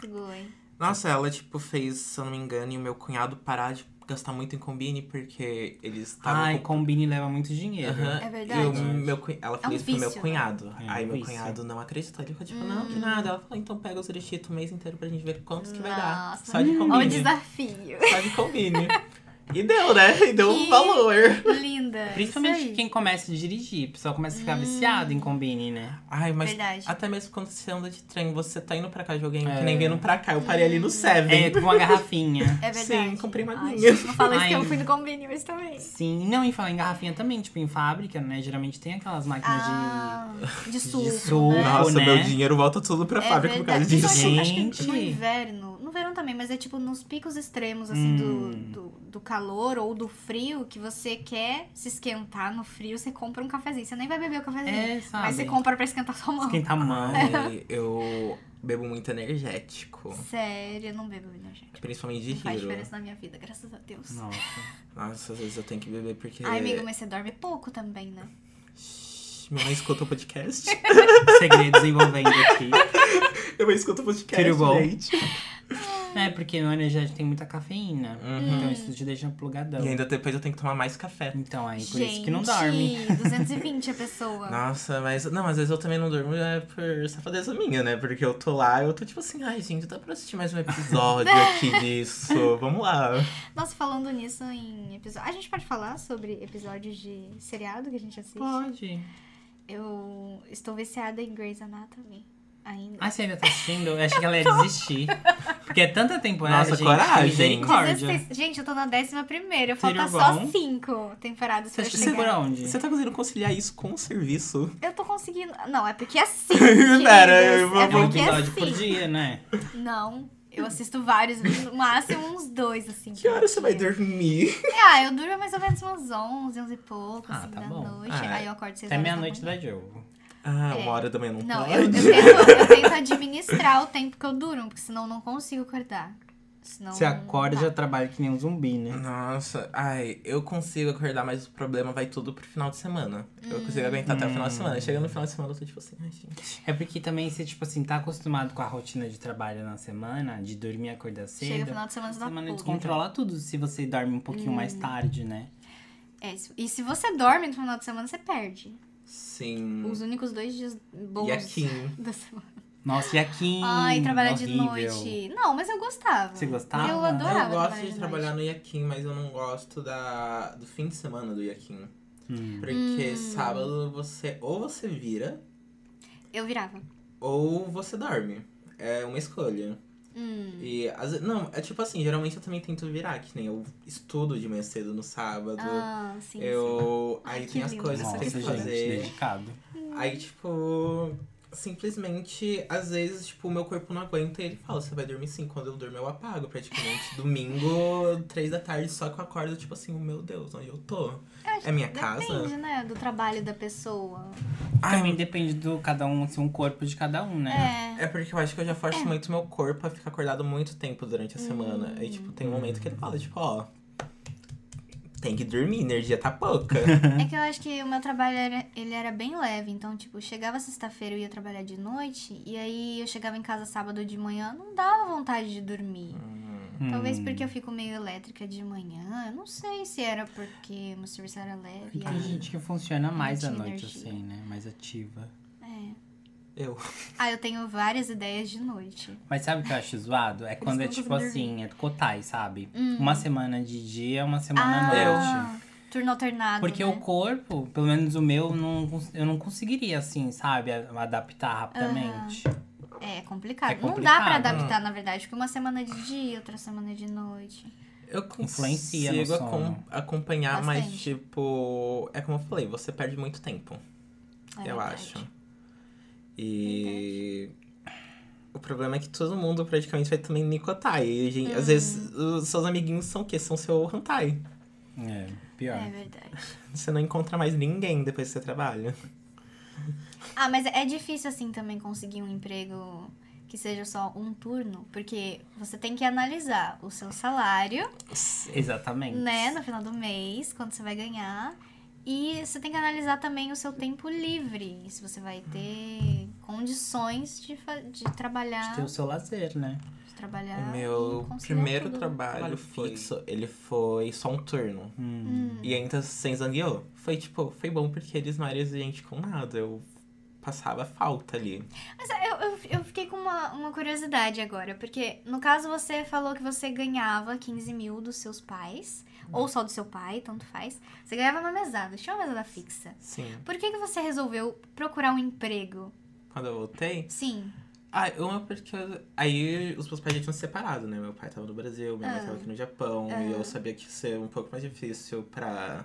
S3: Segura, hein?
S2: Nossa, ela, tipo, fez, se eu não me engano, e o meu cunhado parar de gastar muito em combine, porque eles estavam
S1: Ai,
S2: com
S1: combine leva muito dinheiro.
S2: Aham,
S3: É verdade.
S2: E o meu, cu- ela falou
S3: um
S2: isso pro meu
S3: vício, Hum. né?
S2: cunhado.
S1: É um
S2: Aí meu
S1: vício.
S2: cunhado não acreditou. Ele ficou tipo, não, que nada. Ela falou, então pega os erechitos o mês inteiro pra gente ver quantos que vai dar.
S3: Nossa. Hum.
S2: Só de
S3: Olha o
S2: combine.
S3: desafio.
S2: Só de combine. e deu, né? E deu
S3: Que-
S2: um valor.
S3: Linda.
S1: Principalmente
S3: Isso aí.
S1: quem começa a dirigir, o pessoal começa a ficar viciado em combine, né?
S2: Ai, mas
S3: Verdade.
S2: até mesmo quando você anda de trem, você tá indo pra casa de alguém
S1: É.
S2: que nem vindo pra cá. Eu parei
S3: Hum.
S2: ali no Seven.
S1: É, com uma garrafinha.
S3: É verdade.
S2: Sim, comprei uma
S3: Ai,
S2: aguinha.
S3: gente, não fala isso que eu
S1: Ai.
S3: fui no combine, mas também.
S1: Sim, não, e falar em garrafinha também, tipo, em fábrica, né? Geralmente tem aquelas máquinas
S3: Ah, de suco.
S1: suco.
S3: né?
S1: Nossa, né? meu
S2: dinheiro volta tudo pra
S3: É verdade. Acho que- acho que no
S1: Gente.
S3: inverno, no verão também, mas é tipo nos picos extremos, assim,
S1: Hum.
S3: do, do, do calor ou do frio, que você quer se esquentar no frio, você compra um cafezinho. Você nem vai beber o
S1: de.
S3: cafezinho,
S1: É, sabe?
S3: mas você compra pra esquentar sua mão.
S1: Esquenta
S2: Ah,
S1: a mão.
S2: Ai, eu bebo muito energético.
S3: Sério, eu não bebo energético.
S2: Principalmente de
S3: Não faz
S2: Hero.
S3: diferença na minha vida, graças a Deus.
S1: Nossa.
S2: Nossa, às vezes eu tenho que beber porque.
S3: Ai, amigo, mas você dorme pouco também, né?
S2: Shhh, Minha mãe escuta o podcast.
S1: Segredos envolvendo aqui.
S2: Minha mãe escuta o podcast,
S1: Tudo bom?
S2: gente.
S1: É, porque no energético tem muita cafeína.
S2: Uhum.
S1: Então isso te deixa plugadão.
S2: E ainda depois eu tenho que tomar mais café.
S1: Então aí, por
S3: Gente,
S1: isso que não dorme.
S3: 220 a pessoa.
S2: Nossa, mas. Não, às vezes eu também não durmo é por safadeza minha, né? Porque eu tô lá, eu tô tipo assim, ai, gente, dá pra assistir mais um episódio aqui disso. Vamos lá.
S3: Nossa, falando nisso em episódio. A gente pode falar sobre episódios de seriado que a gente assiste?
S1: Pode.
S3: Eu estou viciada em Grey's Anatomy ainda.
S1: Ah, você ainda tá assistindo? Eu achei que ela ia desistir. Porque é tanta temporada,
S2: Nossa,
S1: gente.
S2: coragem.
S1: que Misericórdia.
S3: 16 Gente, eu tô na décima primeira. Falta
S1: Seria
S3: só
S1: bom.
S3: cinco temporadas
S1: Você
S3: pra
S1: assistiu por
S3: chegar.
S1: onde?
S2: Você tá conseguindo conciliar isso com o serviço?
S3: Eu tô conseguindo... Não, é porque é assim,
S2: Pera,
S3: queridos.
S2: eu vou-
S3: É
S1: É um
S3: porque é
S1: episódio por
S3: assim.
S1: dia, né?
S3: Não, eu assisto vários. No máximo uns dois, assim.
S2: Que hora
S3: por
S2: você vai
S3: dia.
S2: dormir?
S3: Ah, eu durmo mais ou menos umas 11, 11 e pouco,
S1: Ah,
S3: assim,
S1: tá
S3: da
S1: bom.
S3: noite.
S2: Ah,
S3: Aí eu acordo 6
S1: Até
S3: horas
S1: meia-noite
S3: da manhã.
S1: dá jogo.
S2: Ah,
S3: É.
S2: uma hora também não,
S3: Não, eu, eu,
S2: pode.
S3: tento, eu tento administrar o tempo que eu durmo, porque senão eu não consigo acordar. Senão
S1: Você acorda e
S3: não
S1: já
S3: dá.
S1: trabalha que nem um zumbi, né?
S2: Nossa, ai, eu consigo acordar, mas o problema vai tudo pro final de semana. Eu consigo aguentar até o final de semana. Chega no final de semana, eu tô tipo assim, ai, gente.
S1: É porque também você, tipo assim, tá acostumado com a rotina de trabalho na semana, de dormir e acordar cedo.
S3: Chega no final de semana, você dá Hum.
S1: semana
S3: pulo.
S1: descontrola tudo se você dorme um pouquinho mais tarde, né?
S3: É, isso. e se você dorme no final de semana, você perde.
S2: Sim.
S3: Os únicos dois dias bons
S2: Hum. E aqui.
S3: da semana.
S1: Nossa, e aqui.
S3: Ai, trabalhar de
S1: Hum, horrível.
S3: noite. Não, mas eu gostava.
S1: Você gostava?
S3: Eu adorava
S2: Eu gosto
S3: trabalhar
S2: de trabalhar no Iaquim, mas eu não gosto da, do fim de semana do Iaquim.
S1: Hum.
S2: Porque
S3: Hum.
S2: sábado você ou você vira
S3: noite. Eu virava.
S2: ou você dorme. É uma escolha.
S3: Hum.
S2: E às ve- não, é tipo assim, geralmente eu também tento virar, que nem eu estudo de manhã cedo no sábado.
S3: Ah, sim, sim.
S2: eu.
S3: Ai,
S2: Aí
S3: que
S2: tem as
S3: lindo.
S2: coisas
S1: Nossa,
S2: que eu
S1: gente,
S2: tenho que fazer.
S1: dedicado.
S2: Aí, tipo, simplesmente, às vezes, tipo, o meu corpo não aguenta e ele fala, você vai dormir sim. Quando eu durmo, eu apago praticamente. Domingo, três da tarde, só que eu acordo, tipo assim, meu Deus, onde eu tô?
S3: Eu acho
S2: É minha
S3: que
S2: casa?
S3: Depende, né? Do trabalho da pessoa.
S1: Também depende do cada um, assim, um corpo de cada um, né?
S3: É. Hum.
S2: É porque eu acho que eu já forço muito meu corpo a ficar acordado muito tempo durante a semana. Aí, tipo, tem um momento que ele fala, tipo, ó. Tem que dormir, energia tá pouca.
S3: É que eu acho que o meu trabalho era, ele era bem leve, então, tipo, chegava sexta-feira, eu ia trabalhar de noite, e aí eu chegava em casa sábado de manhã, não dava vontade de dormir. É, Talvez
S1: Hum.
S3: porque eu fico meio elétrica de manhã, eu não sei se era porque meu serviço era leve.
S1: Tem
S3: aí-
S1: gente que funciona mais à
S3: tinha
S1: noite,
S3: energia.
S1: assim, né? Mais ativa.
S2: eu.
S3: Ah, eu tenho várias ideias de noite.
S1: Mas sabe o que eu acho zoado? É quando é
S3: que eu
S1: tipo
S3: não consigo
S1: assim, é cotai, sabe? Uma semana de dia, uma semana à
S3: ah,
S1: noite.
S3: turno alternado,
S1: Porque
S3: né?
S1: o corpo, pelo menos o meu, não, cons- eu não conseguiria, assim, sabe? a- Adaptar rapidamente.
S3: É complicado.
S1: É
S3: Não dá pra
S1: complicado.
S3: adaptar, na verdade, porque uma semana é de dia, outra semana é de noite.
S2: Eu
S1: Influencia no
S2: consigo acom-
S1: sono.
S2: acompanhar, mas,
S3: Bastante.
S2: tipo. É como eu falei, você perde muito tempo.
S3: É
S2: eu
S3: verdade.
S2: acho. E. O problema é que todo mundo praticamente vai também nicotai. E, gente, Às vezes,
S3: Uhum.
S2: os seus amiguinhos são o quê? São seu hantai.
S1: É, pior.
S3: É verdade.
S2: Você não encontra mais ninguém depois que você trabalha.
S3: Ah, mas é difícil assim também conseguir um emprego que seja só um turno, porque você tem que analisar o seu salário,
S1: Exatamente.
S3: né, no final do mês, quanto você vai ganhar, e você tem que analisar também o seu tempo livre, se você vai ter condições de, fa- de trabalhar,
S1: De ter o seu lazer, né?
S3: de trabalhar.
S2: O
S3: e
S2: meu
S3: conciliar
S2: primeiro
S3: tudo.
S2: trabalho
S1: Trabalho foi-
S2: fixo, ele foi só um turno.
S3: Uhum.
S1: Hum.
S2: E ainda sem zangueou. Foi tipo, foi bom porque eles não eram exigentes com nada. Eu passava falta ali.
S3: Mas eu, eu, eu fiquei com uma, uma curiosidade agora, porque no caso você falou que você ganhava 15 mil dos seus pais, ou só do seu pai, tanto faz. Você ganhava uma mesada, tinha uma mesada fixa.
S2: Sim.
S3: Por que, que você resolveu procurar um emprego?
S2: Quando eu voltei.
S3: Sim.
S2: Ah, uma porque. eu- Aí os meus pais já tinham se separado, né? Meu pai tava no Brasil, minha
S3: Ah.
S2: mãe tava aqui no Japão.
S3: É.
S2: E eu sabia que ia ser um pouco mais difícil pra.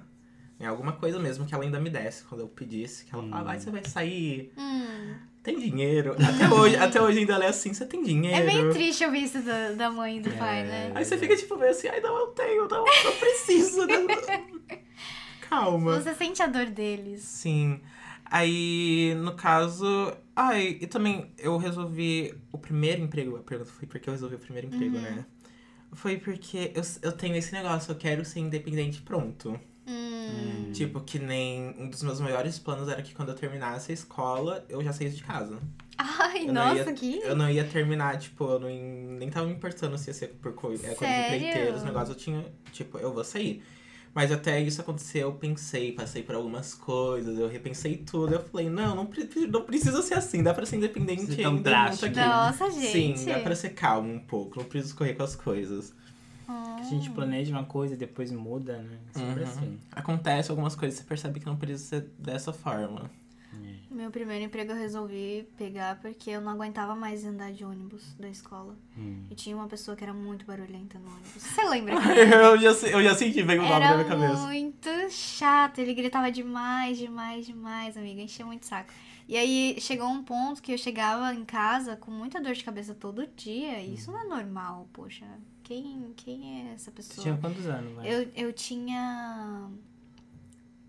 S2: Em alguma coisa mesmo que ela ainda me desse quando eu pedisse. Que ela falava, vai, você vai sair,
S3: Hum,
S2: tem dinheiro. Até hoje, até hoje ainda ela é assim, você tem dinheiro.
S3: é meio triste ouvir isso da, da mãe e do
S1: É.
S3: pai, né?
S2: Aí você fica tipo meio assim, ai não, eu tenho, não, eu preciso. não, não." Calma.
S3: Você sente a dor deles.
S2: Sim. Aí, no caso. Ai, e também eu resolvi. O primeiro emprego, a pergunta foi porque eu resolvi o primeiro emprego, né? Foi porque eu, eu tenho esse negócio, eu quero ser independente pronto.
S3: Hum,
S1: Uhum.
S2: Tipo, que nem um dos meus maiores planos era que quando eu terminasse a escola, eu já saísse de casa.
S3: Ai,
S2: Eu não
S3: nossa,
S2: ia-
S3: que.
S2: Eu não ia terminar, tipo, eu não, nem tava me importando se ia ser por co- é, coisa de
S3: Sério?
S2: empreiteiro, os negócios eu tinha, tipo, eu vou sair. Mas até isso acontecer, eu pensei, passei por algumas coisas, eu repensei tudo. Eu falei, não, não, pre- não precisa ser assim, dá pra ser independente
S1: Ser é tão
S2: ainda.
S1: drástico.
S2: muito aqui.
S3: Nossa, gente.
S2: Sim, dá pra ser calmo um pouco, não preciso correr com as coisas.
S3: Ah,
S1: A gente planeja uma coisa e depois muda, né?
S2: Uhum.
S1: Super assim.
S2: Acontece algumas coisas, você percebe que não precisa ser dessa forma.
S1: É.
S3: Meu primeiro emprego eu resolvi pegar porque eu não aguentava mais andar de ônibus da escola.
S1: Hum.
S3: E tinha uma pessoa que era muito barulhenta no ônibus. Você lembra?
S2: eu, já, se- eu já senti, veio o um nome na
S3: Era
S2: minha
S3: um
S2: cabeça.
S3: muito chato. Ele gritava demais, demais, demais, amiga. Encheu muito o saco. E aí chegou um ponto que eu chegava em casa com muita dor de cabeça todo dia. E isso não é normal, poxa. Quem, quem é essa
S1: Você
S3: pessoa?
S1: tinha quantos anos, né? vai?
S3: Eu, eu tinha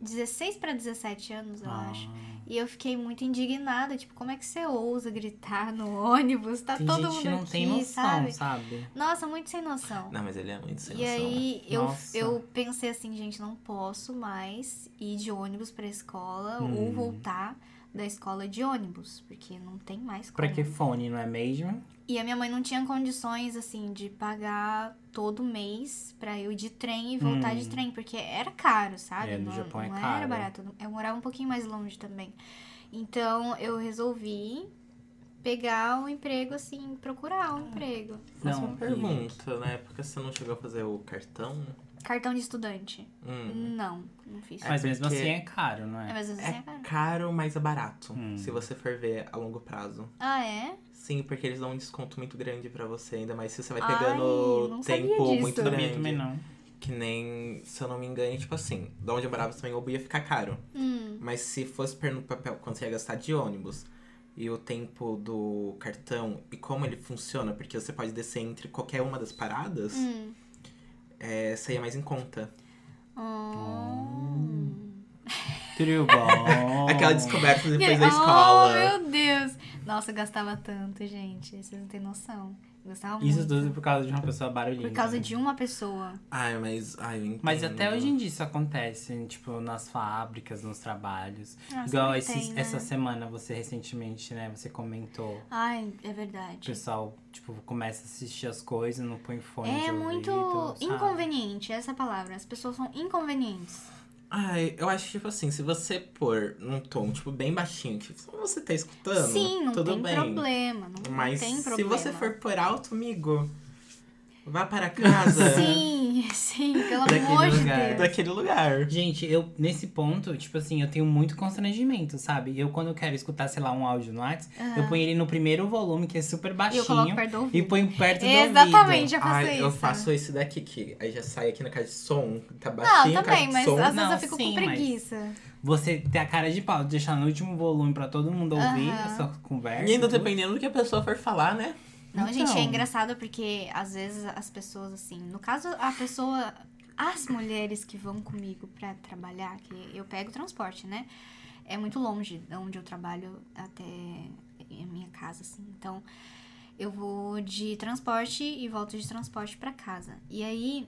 S3: 16 pra 17 anos, eu
S1: Ah.
S3: acho. E eu fiquei muito indignada, tipo, como é que você ousa gritar no ônibus? Tá
S1: Tem
S3: todo
S1: gente
S3: mundo
S1: que não
S3: aqui,
S1: tem noção,
S3: sabe?
S1: sabe?
S3: Nossa, muito sem noção.
S2: Não, mas ele é muito sem
S3: E
S2: noção.
S3: aí eu,
S1: Nossa.
S3: eu pensei assim, gente, não posso mais ir de ônibus pra escola ou
S1: Hum.
S3: voltar da escola de ônibus, porque não tem mais como.
S1: Pra que fone, não é mesmo?
S3: E a minha mãe não tinha condições, assim, de pagar todo mês pra eu ir de trem e voltar
S1: Hum.
S3: de trem, porque era caro, sabe?
S1: É, no
S3: não
S1: Japão é
S3: não era
S1: caro.
S3: barato. Eu morava um pouquinho mais longe também. Então eu resolvi pegar um emprego, assim, procurar um emprego.
S2: Mas
S1: Ah. Não,
S2: uma
S1: e-
S2: né? pergunta, na época você não chegou a fazer o cartão?
S3: Cartão de estudante.
S2: Hum.
S3: Não, não fiz.
S1: Mas mesmo
S2: porque-
S1: assim Uhum. é caro, não
S3: É,
S1: é?
S3: mas às vezes é
S2: É
S3: caro.
S2: caro, mas é barato.
S1: Hum.
S2: Se você for ver a longo prazo.
S3: Ah, é?
S2: Sim, porque eles dão um desconto muito grande pra você, ainda mais se você vai
S3: Ai,
S2: pegando
S3: não sabia
S2: tempo
S3: disso.
S2: muito
S1: Não sabia
S2: grande.
S1: também não.
S2: Que nem, se eu não me engano, tipo assim, da onde eu morava também Obu ia ficar caro.
S3: Hum.
S2: Mas se fosse per no papel, quando você ia gastar de ônibus e o tempo do cartão e como ele funciona, porque você pode descer entre qualquer uma das paradas,
S3: Hum.
S2: é, saía mais em conta.
S1: Hum.
S3: Oh.
S1: Tudo bom.
S2: Aquela descoberta depois da
S3: Oh,
S2: escola.
S3: meu Deus! Nossa, eu gastava tanto, gente. Vocês não têm noção. Eu gastava
S1: Isso
S3: muito.
S1: tudo por causa de uma pessoa barulhenta.
S3: Uhum. Por causa
S1: né?
S3: de um uma pessoa.
S2: Ai, mas. Ai, eu entendo.
S1: Mas até hoje em dia isso acontece, tipo, nas fábricas, nos trabalhos.
S3: Nossa,
S1: Igual
S3: não
S1: esses-
S3: tem, né?
S1: essa semana, você recentemente, né, você comentou.
S3: Ai, é
S1: O
S3: verdade.
S1: pessoal, tipo, começa a assistir as coisas, não põe fone de
S3: É
S1: ouvido,
S3: muito
S1: sabe?
S3: inconveniente, essa palavra. As pessoas são inconvenientes.
S2: Ai, eu acho que, tipo assim, se você pôr num tom, tipo, bem baixinho, que só você tá escutando.
S3: Sim, não
S2: tudo
S3: tem
S2: bem.
S3: problema. Não, não
S2: Mas
S3: tem
S2: se
S3: problema.
S2: você for por alto, amigo, vá para casa
S3: Sim, sim, pelo
S1: Daquele
S3: amor de
S1: lugar.
S3: Deus.
S2: daquele lugar.
S1: Gente, eu, nesse ponto, tipo assim, eu tenho muito constrangimento, sabe? Eu, quando eu quero escutar, sei lá, um áudio no WhatsApp, eu ponho ele no primeiro volume, que é super
S3: E eu
S1: baixinho,
S3: coloco perto do ouvido.
S1: e ponho perto do ouvido.
S3: Exatamente, já faço
S2: Ai,
S3: isso.
S2: eu faço esse daqui que aí já sai aqui na caixa de som, tá
S3: Não,
S2: baixinho a
S3: também,
S2: caixa de
S3: mas
S2: som.
S3: às vezes
S1: Não,
S3: eu fico
S1: sim,
S3: com
S1: mas-
S3: preguiça.
S1: Você ter a cara de pau, de deixar no último volume pra todo mundo ouvir
S3: Aham.
S1: essa conversa.
S2: E ainda
S1: tudo.
S2: dependendo do que a pessoa for falar, né?
S3: Não, gente, é
S1: Então.
S3: engraçado porque às vezes as pessoas, assim, no caso, a pessoa, as mulheres que vão comigo pra trabalhar, que eu pego transporte, né? É muito longe de onde eu trabalho até a minha casa, assim. Então, eu vou de transporte e volto de transporte pra casa. E aí,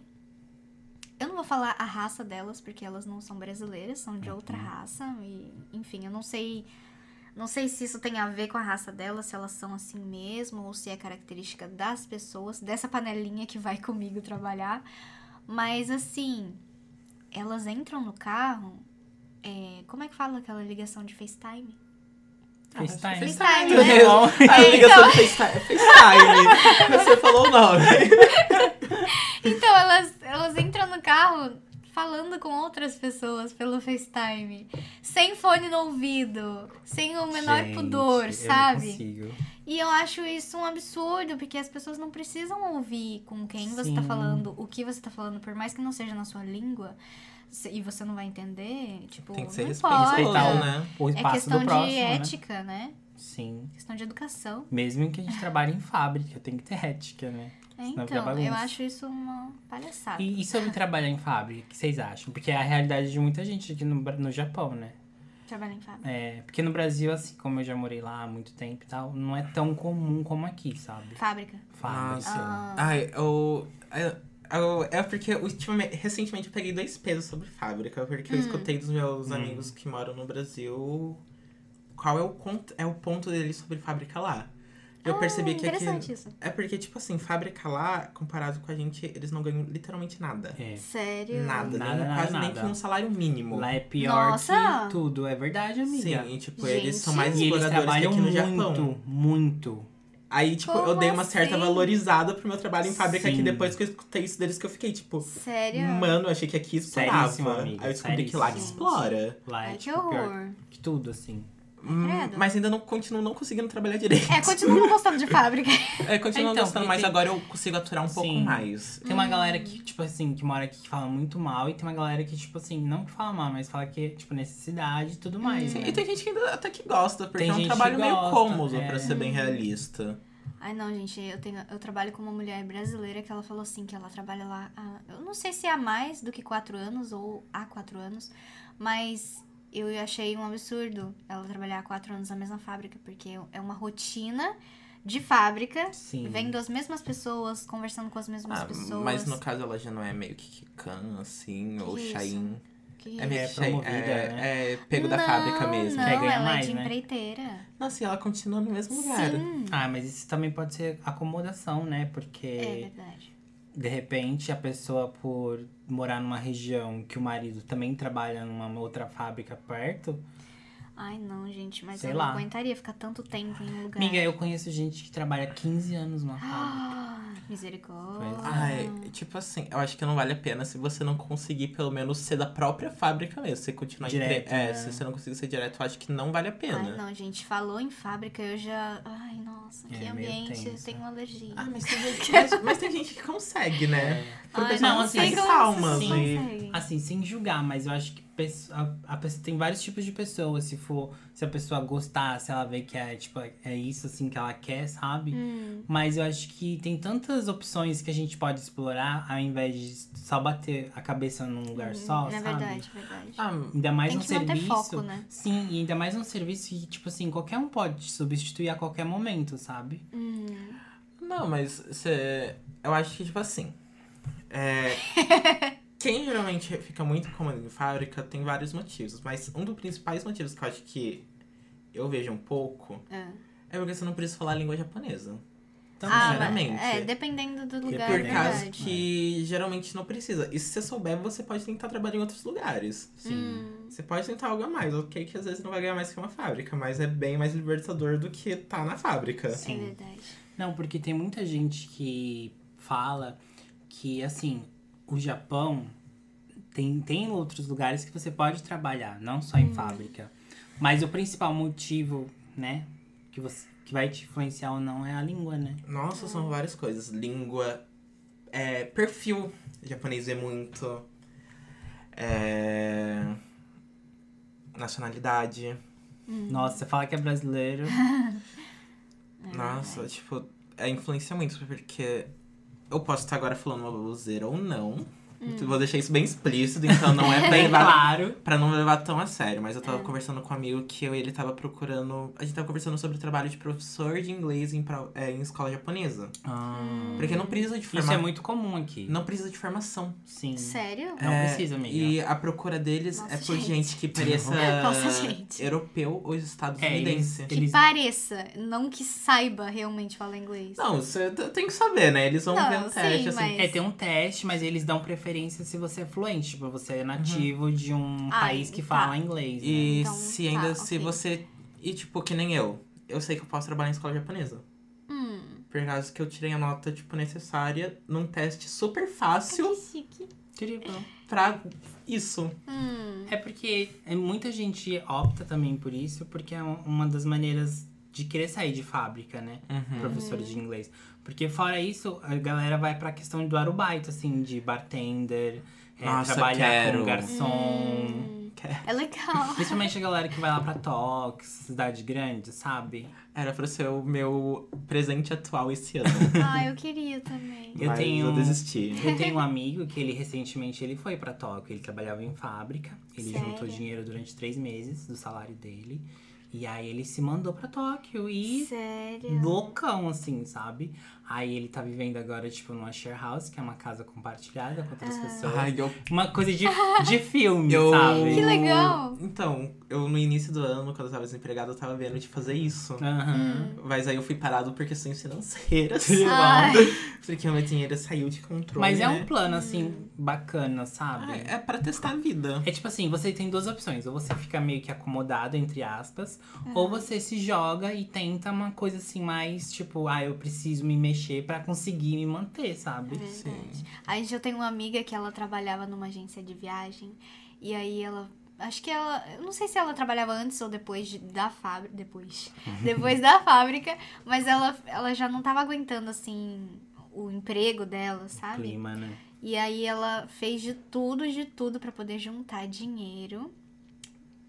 S3: eu não vou falar a raça delas, porque elas não são brasileiras, são de outra raça. E, enfim, eu não sei. Não sei se isso tem a ver com a raça delas, se elas são assim mesmo, ou se é característica das pessoas, dessa panelinha que vai comigo trabalhar. Mas assim, elas entram no carro. é, como é que fala aquela ligação de FaceTime?
S1: Ah, FaceTime.
S3: FaceTime,
S1: Tudo
S3: né?
S1: bom?
S2: né? A
S3: É,
S2: ligação do FaceTime. FaceTime. Você falou o nome.
S3: Então, elas, elas entram no carro falando com outras pessoas pelo FaceTime. Sem fone no ouvido, sem o um menor
S1: Gente,
S3: pudor,
S1: eu
S3: sabe?
S1: Não consigo.
S3: E eu acho isso um absurdo, porque as pessoas não precisam ouvir com quem você tá
S1: Sim.
S3: falando, o que você tá falando, por mais que não seja na sua língua, se- e você não vai entender, tipo,
S2: Tem que ser
S3: não
S2: respe-
S3: importa.
S2: respeitado, né?
S1: O
S3: É
S1: espaço
S3: questão
S1: do próximo,
S3: de
S1: né?
S3: ética, né?
S1: Sim.
S3: Questão de educação.
S1: Mesmo que a gente trabalhe em fábrica, tem que ter ética, né?
S3: É,
S1: Senão vira
S3: então,
S1: bagunça.
S3: eu acho isso uma palhaçada.
S1: E, e sobre trabalhar em fábrica, o que vocês acham? Porque é a realidade de muita gente aqui no, Bra- no Japão, né?
S3: Trabalhar em fábrica.
S1: É, porque no Brasil, assim, como eu já morei lá há muito tempo e tal, não é tão comum como aqui, sabe?
S3: Fábrica.
S1: Fábrica.
S3: Ah.
S2: Ai, eu, eu- eu- É porque ultimamente, recentemente eu peguei dois pesos sobre fábrica, porque eu escutei dos meus
S1: Hum.
S2: amigos que moram no Brasil qual é o, cont- é o ponto deles sobre fábrica lá. Eu
S3: Ah,
S2: percebi que aqui.
S3: Interessante isso.
S2: É porque, tipo assim, fábrica lá, comparado com a gente, eles não ganham literalmente nada.
S1: É.
S3: Sério?
S2: Nada,
S1: Nada,
S2: nem,
S1: nada,
S2: quase nem
S1: nada.
S2: que um salário mínimo.
S1: Lá é pior
S3: Nossa!
S1: que tudo, é verdade, amiga.
S2: Sim, e tipo,
S3: Gente.
S2: eles são mais
S1: E eles
S2: exploradores que
S1: trabalham
S2: aqui no Japão.
S1: muito, muito.
S2: Aí, tipo, eu
S3: Como
S2: dei uma certa
S3: assim?
S2: valorizada pro meu trabalho em fábrica aqui
S1: Sim.
S2: depois que eu escutei isso deles, que eu fiquei, tipo,
S3: Sério?
S2: mano, eu achei que aqui
S1: Seríssimo,
S2: explorava. Aí
S1: amiga,
S2: eu descobri que lá que
S1: seríssimo.
S2: explora.
S1: Lá é,
S3: Ai, que
S1: tipo, pior
S3: horror.
S1: que tudo, assim.
S2: Hum,
S3: credo.
S2: Mas ainda não continuo não conseguindo trabalhar direito.
S3: É, continua não gostando de fábrica.
S2: É, continuo
S1: Então,
S2: gostando,
S1: porque
S2: mas
S1: tem-
S2: agora eu consigo aturar um pouco
S1: Sim.
S2: mais.
S1: Tem
S3: Hum.
S1: uma galera que, tipo assim, que mora aqui que fala muito mal, e tem uma galera que, tipo assim, não que fala mal, mas fala que é, tipo, necessidade e tudo
S3: Hum.
S1: mais. né?
S2: E tem gente que ainda até que gosta, porque
S1: Tem
S2: é um
S1: gente que
S2: trabalho meio
S1: gosta,
S2: cômodo,
S1: é.
S2: pra ser bem realista.
S3: Ai, não, gente, eu, tenho, eu trabalho com uma mulher brasileira que ela falou assim, que ela trabalha lá, há- eu não sei se é há mais do que quatro anos ou há quatro anos, mas eu achei um absurdo ela trabalhar há quatro anos na mesma fábrica, porque é uma rotina de fábrica,
S1: Sim.
S3: vendo as mesmas pessoas, conversando com as mesmas
S2: Ah,
S3: pessoas.
S2: mas no caso ela já não é meio que Kikan, assim, ou
S3: Que isso?
S2: Shain.
S3: que...
S2: É meio
S1: É,
S2: que Shain,
S1: promovida,
S2: é, é pego da
S3: Não,
S2: fábrica mesmo.
S3: Não,
S1: Quer ganhar
S3: ela é
S1: mais,
S3: de
S1: né?
S3: empreiteira.
S2: Não, assim, ela continua no mesmo lugar.
S3: Sim,
S1: Ah, mas isso também pode ser acomodação, né?
S3: é
S1: Porque,
S3: verdade.
S1: de repente, a pessoa, por morar numa região que o marido também trabalha numa outra fábrica perto.
S3: Ai, não, gente, mas
S1: Sei
S3: eu
S1: lá.
S3: não aguentaria ficar tanto tempo em um lugar.
S1: Amiga, eu conheço gente que trabalha 15 anos numa fábrica.
S3: Ah, Misericórdia.
S2: Ai, tipo assim, eu acho que não vale a pena se você não conseguir pelo menos ser da própria fábrica mesmo. Se você continuar
S1: Direto,
S2: empre... é,
S1: né?
S2: se você não conseguir ser direto, eu acho que não vale a pena.
S3: Ai, não, gente. Falou em fábrica, eu já... Ai, nossa, que
S1: É, meio
S3: ambiente. Eu
S1: tenso.
S3: tenho uma alergia.
S2: Ah, mas tem, gente, mas, mas tem gente que consegue, né? Porque
S3: Ai,
S2: são
S1: não,
S2: umas
S1: assim,
S3: sei como é
S2: palmas
S3: vocês
S1: sim.
S3: conseguem.
S1: Assim, sem julgar, mas eu acho que pesso- a, a pessoa, tem vários tipos de pessoas. Se for, se a pessoa gostar, se ela vê que é, tipo, é isso assim que ela quer, sabe?
S3: Hum.
S1: Mas eu acho que tem tantas opções que a gente pode explorar ao invés de só bater a cabeça num lugar só,
S3: Na
S1: sabe?
S3: Hum, é verdade, verdade.
S2: Ah,
S1: Ainda mais
S3: Tem
S1: um
S3: que manter
S1: serviço.
S3: foco, né?
S1: Sim, e ainda mais um serviço que, tipo assim, qualquer um pode te substituir a qualquer momento, sabe?
S3: Hum.
S2: não, mas você. Eu acho que, tipo assim. é, Quem geralmente fica muito incomodado em fábrica tem vários motivos, mas um dos principais motivos que eu acho que eu vejo um pouco
S3: Ah.
S2: é porque você não precisa falar a língua japonesa.
S1: Então,
S3: Ah,
S1: né?
S2: sinceramente.
S3: mas- É, dependendo do lugar,
S1: É
S2: Por
S3: é
S2: causa
S3: verdade.
S2: que geralmente não precisa. E se você souber, você pode tentar trabalhar em outros lugares. Hum.
S3: Hum.
S1: Sim.
S2: Você pode tentar algo a mais, ok? Que às vezes não vai ganhar mais que uma fábrica, mas é bem mais libertador do que tá na fábrica.
S3: É
S1: Sim.
S3: verdade.
S1: Não, porque tem muita gente que fala que, assim, o Japão tem, tem outros lugares que você pode trabalhar, não só em fábrica. Mas o principal motivo, né, que, você, que vai te influenciar ou não é a língua, né?
S2: Nossa, são várias coisas. Língua, é, perfil. Japonês é muito. É, nacionalidade.
S1: Nossa, você fala que é brasileiro.
S2: Nossa, tipo, é, influencia muito, porque eu posso estar agora falando uma baboseira ou não. Vou deixar isso bem explícito, então não é pra
S1: Bem
S2: levar
S1: claro.
S2: Pra não levar tão a sério, mas eu tava conversando com um amigo que eu, ele tava procurando. A gente tava conversando sobre o trabalho de professor de inglês em, pro- é, em escola japonesa.
S1: Ah,
S2: Porque não precisa de
S1: isso é
S2: formação.
S1: muito comum aqui.
S2: Não precisa de formação.
S1: Sim.
S3: Sério?
S1: Não
S2: É,
S1: precisa, amiga.
S2: E a procura deles
S3: Nossa,
S2: é por
S3: gente. É,
S2: gente, que pareça
S3: Nossa, gente.
S2: europeu ou
S1: É, eles,
S2: estadunidense.
S1: eles-
S3: Que pareça, não que saiba realmente falar inglês.
S2: Não, você t- tem que saber, né? Eles vão
S3: Não,
S2: ver um
S3: sim,
S2: teste, assim.
S1: É, tem um teste, mas eles dão preferência se você é fluente. Tipo, você é nativo de um
S3: Ah,
S1: país que
S3: tá.
S1: fala inglês, né?
S2: Uhum. E
S3: Então,
S2: se
S3: tá,
S2: ainda se
S3: ok.
S2: você. E tipo, que nem eu. Eu sei que eu posso trabalhar em escola japonesa.
S3: Hum,
S2: Por causa que eu tirei a nota, tipo, necessária num teste super
S3: ai,
S2: fácil
S3: que chique.
S1: Incrível.
S2: pra isso.
S3: Hum,
S1: É porque é, muita gente opta também por isso, porque é um- uma das maneiras de querer sair de fábrica, né?
S2: Uhum.
S1: Professores de inglês. Porque fora isso, a galera vai pra questão do arubaito, assim, de bartender, é,
S2: Nossa,
S1: trabalhar
S2: quero.
S1: com garçom.
S3: é legal.
S1: Principalmente a galera que vai lá pra Tox, cidade grande, sabe?
S2: Era pra ser o meu presente atual esse ano.
S3: ah, eu queria também.
S1: Eu
S2: mas
S1: tenho-
S2: eu desisti.
S1: Eu tenho um amigo que ele recentemente ele foi pra Tóquio, ele trabalhava em fábrica, ele
S3: Sério?
S1: juntou dinheiro durante três meses do salário dele e aí ele se mandou pra Tóquio e
S3: Sério?
S1: loucão assim, sabe? Aí ele tá vivendo agora tipo numa share house, que é uma casa compartilhada com
S3: Ah.
S1: outras pessoas.
S2: Ai, eu.
S1: Uma coisa de, de filme,
S2: eu... Hum.
S1: sabe?
S3: Que legal.
S2: Então, eu no início do ano, quando eu tava desempregado, eu tava vendo de fazer isso.
S1: Aham.
S2: Mas aí eu fui parado por questões financeiras.
S1: Que
S3: Ai.
S2: Porque o meu dinheiro saiu de controle.
S1: Mas é um
S2: né?
S1: plano assim bacana, sabe?
S2: Ah, é pra testar a vida.
S1: É tipo assim, você tem duas opções. Ou você fica meio que acomodado, entre aspas. Ou você se joga e tenta uma coisa assim, mais tipo, ah, eu preciso me mexer pra conseguir me manter, sabe?
S3: É Verdade. A gente eu tenho uma amiga que ela trabalhava numa agência de viagem e aí ela acho que ela, eu não sei se ela trabalhava antes ou depois de- da fábrica, depois, depois da fábrica, mas ela ela já não tava aguentando assim o emprego dela,
S1: O
S3: sabe?
S1: Clima, né?
S3: E aí ela fez de tudo, de tudo pra poder juntar dinheiro,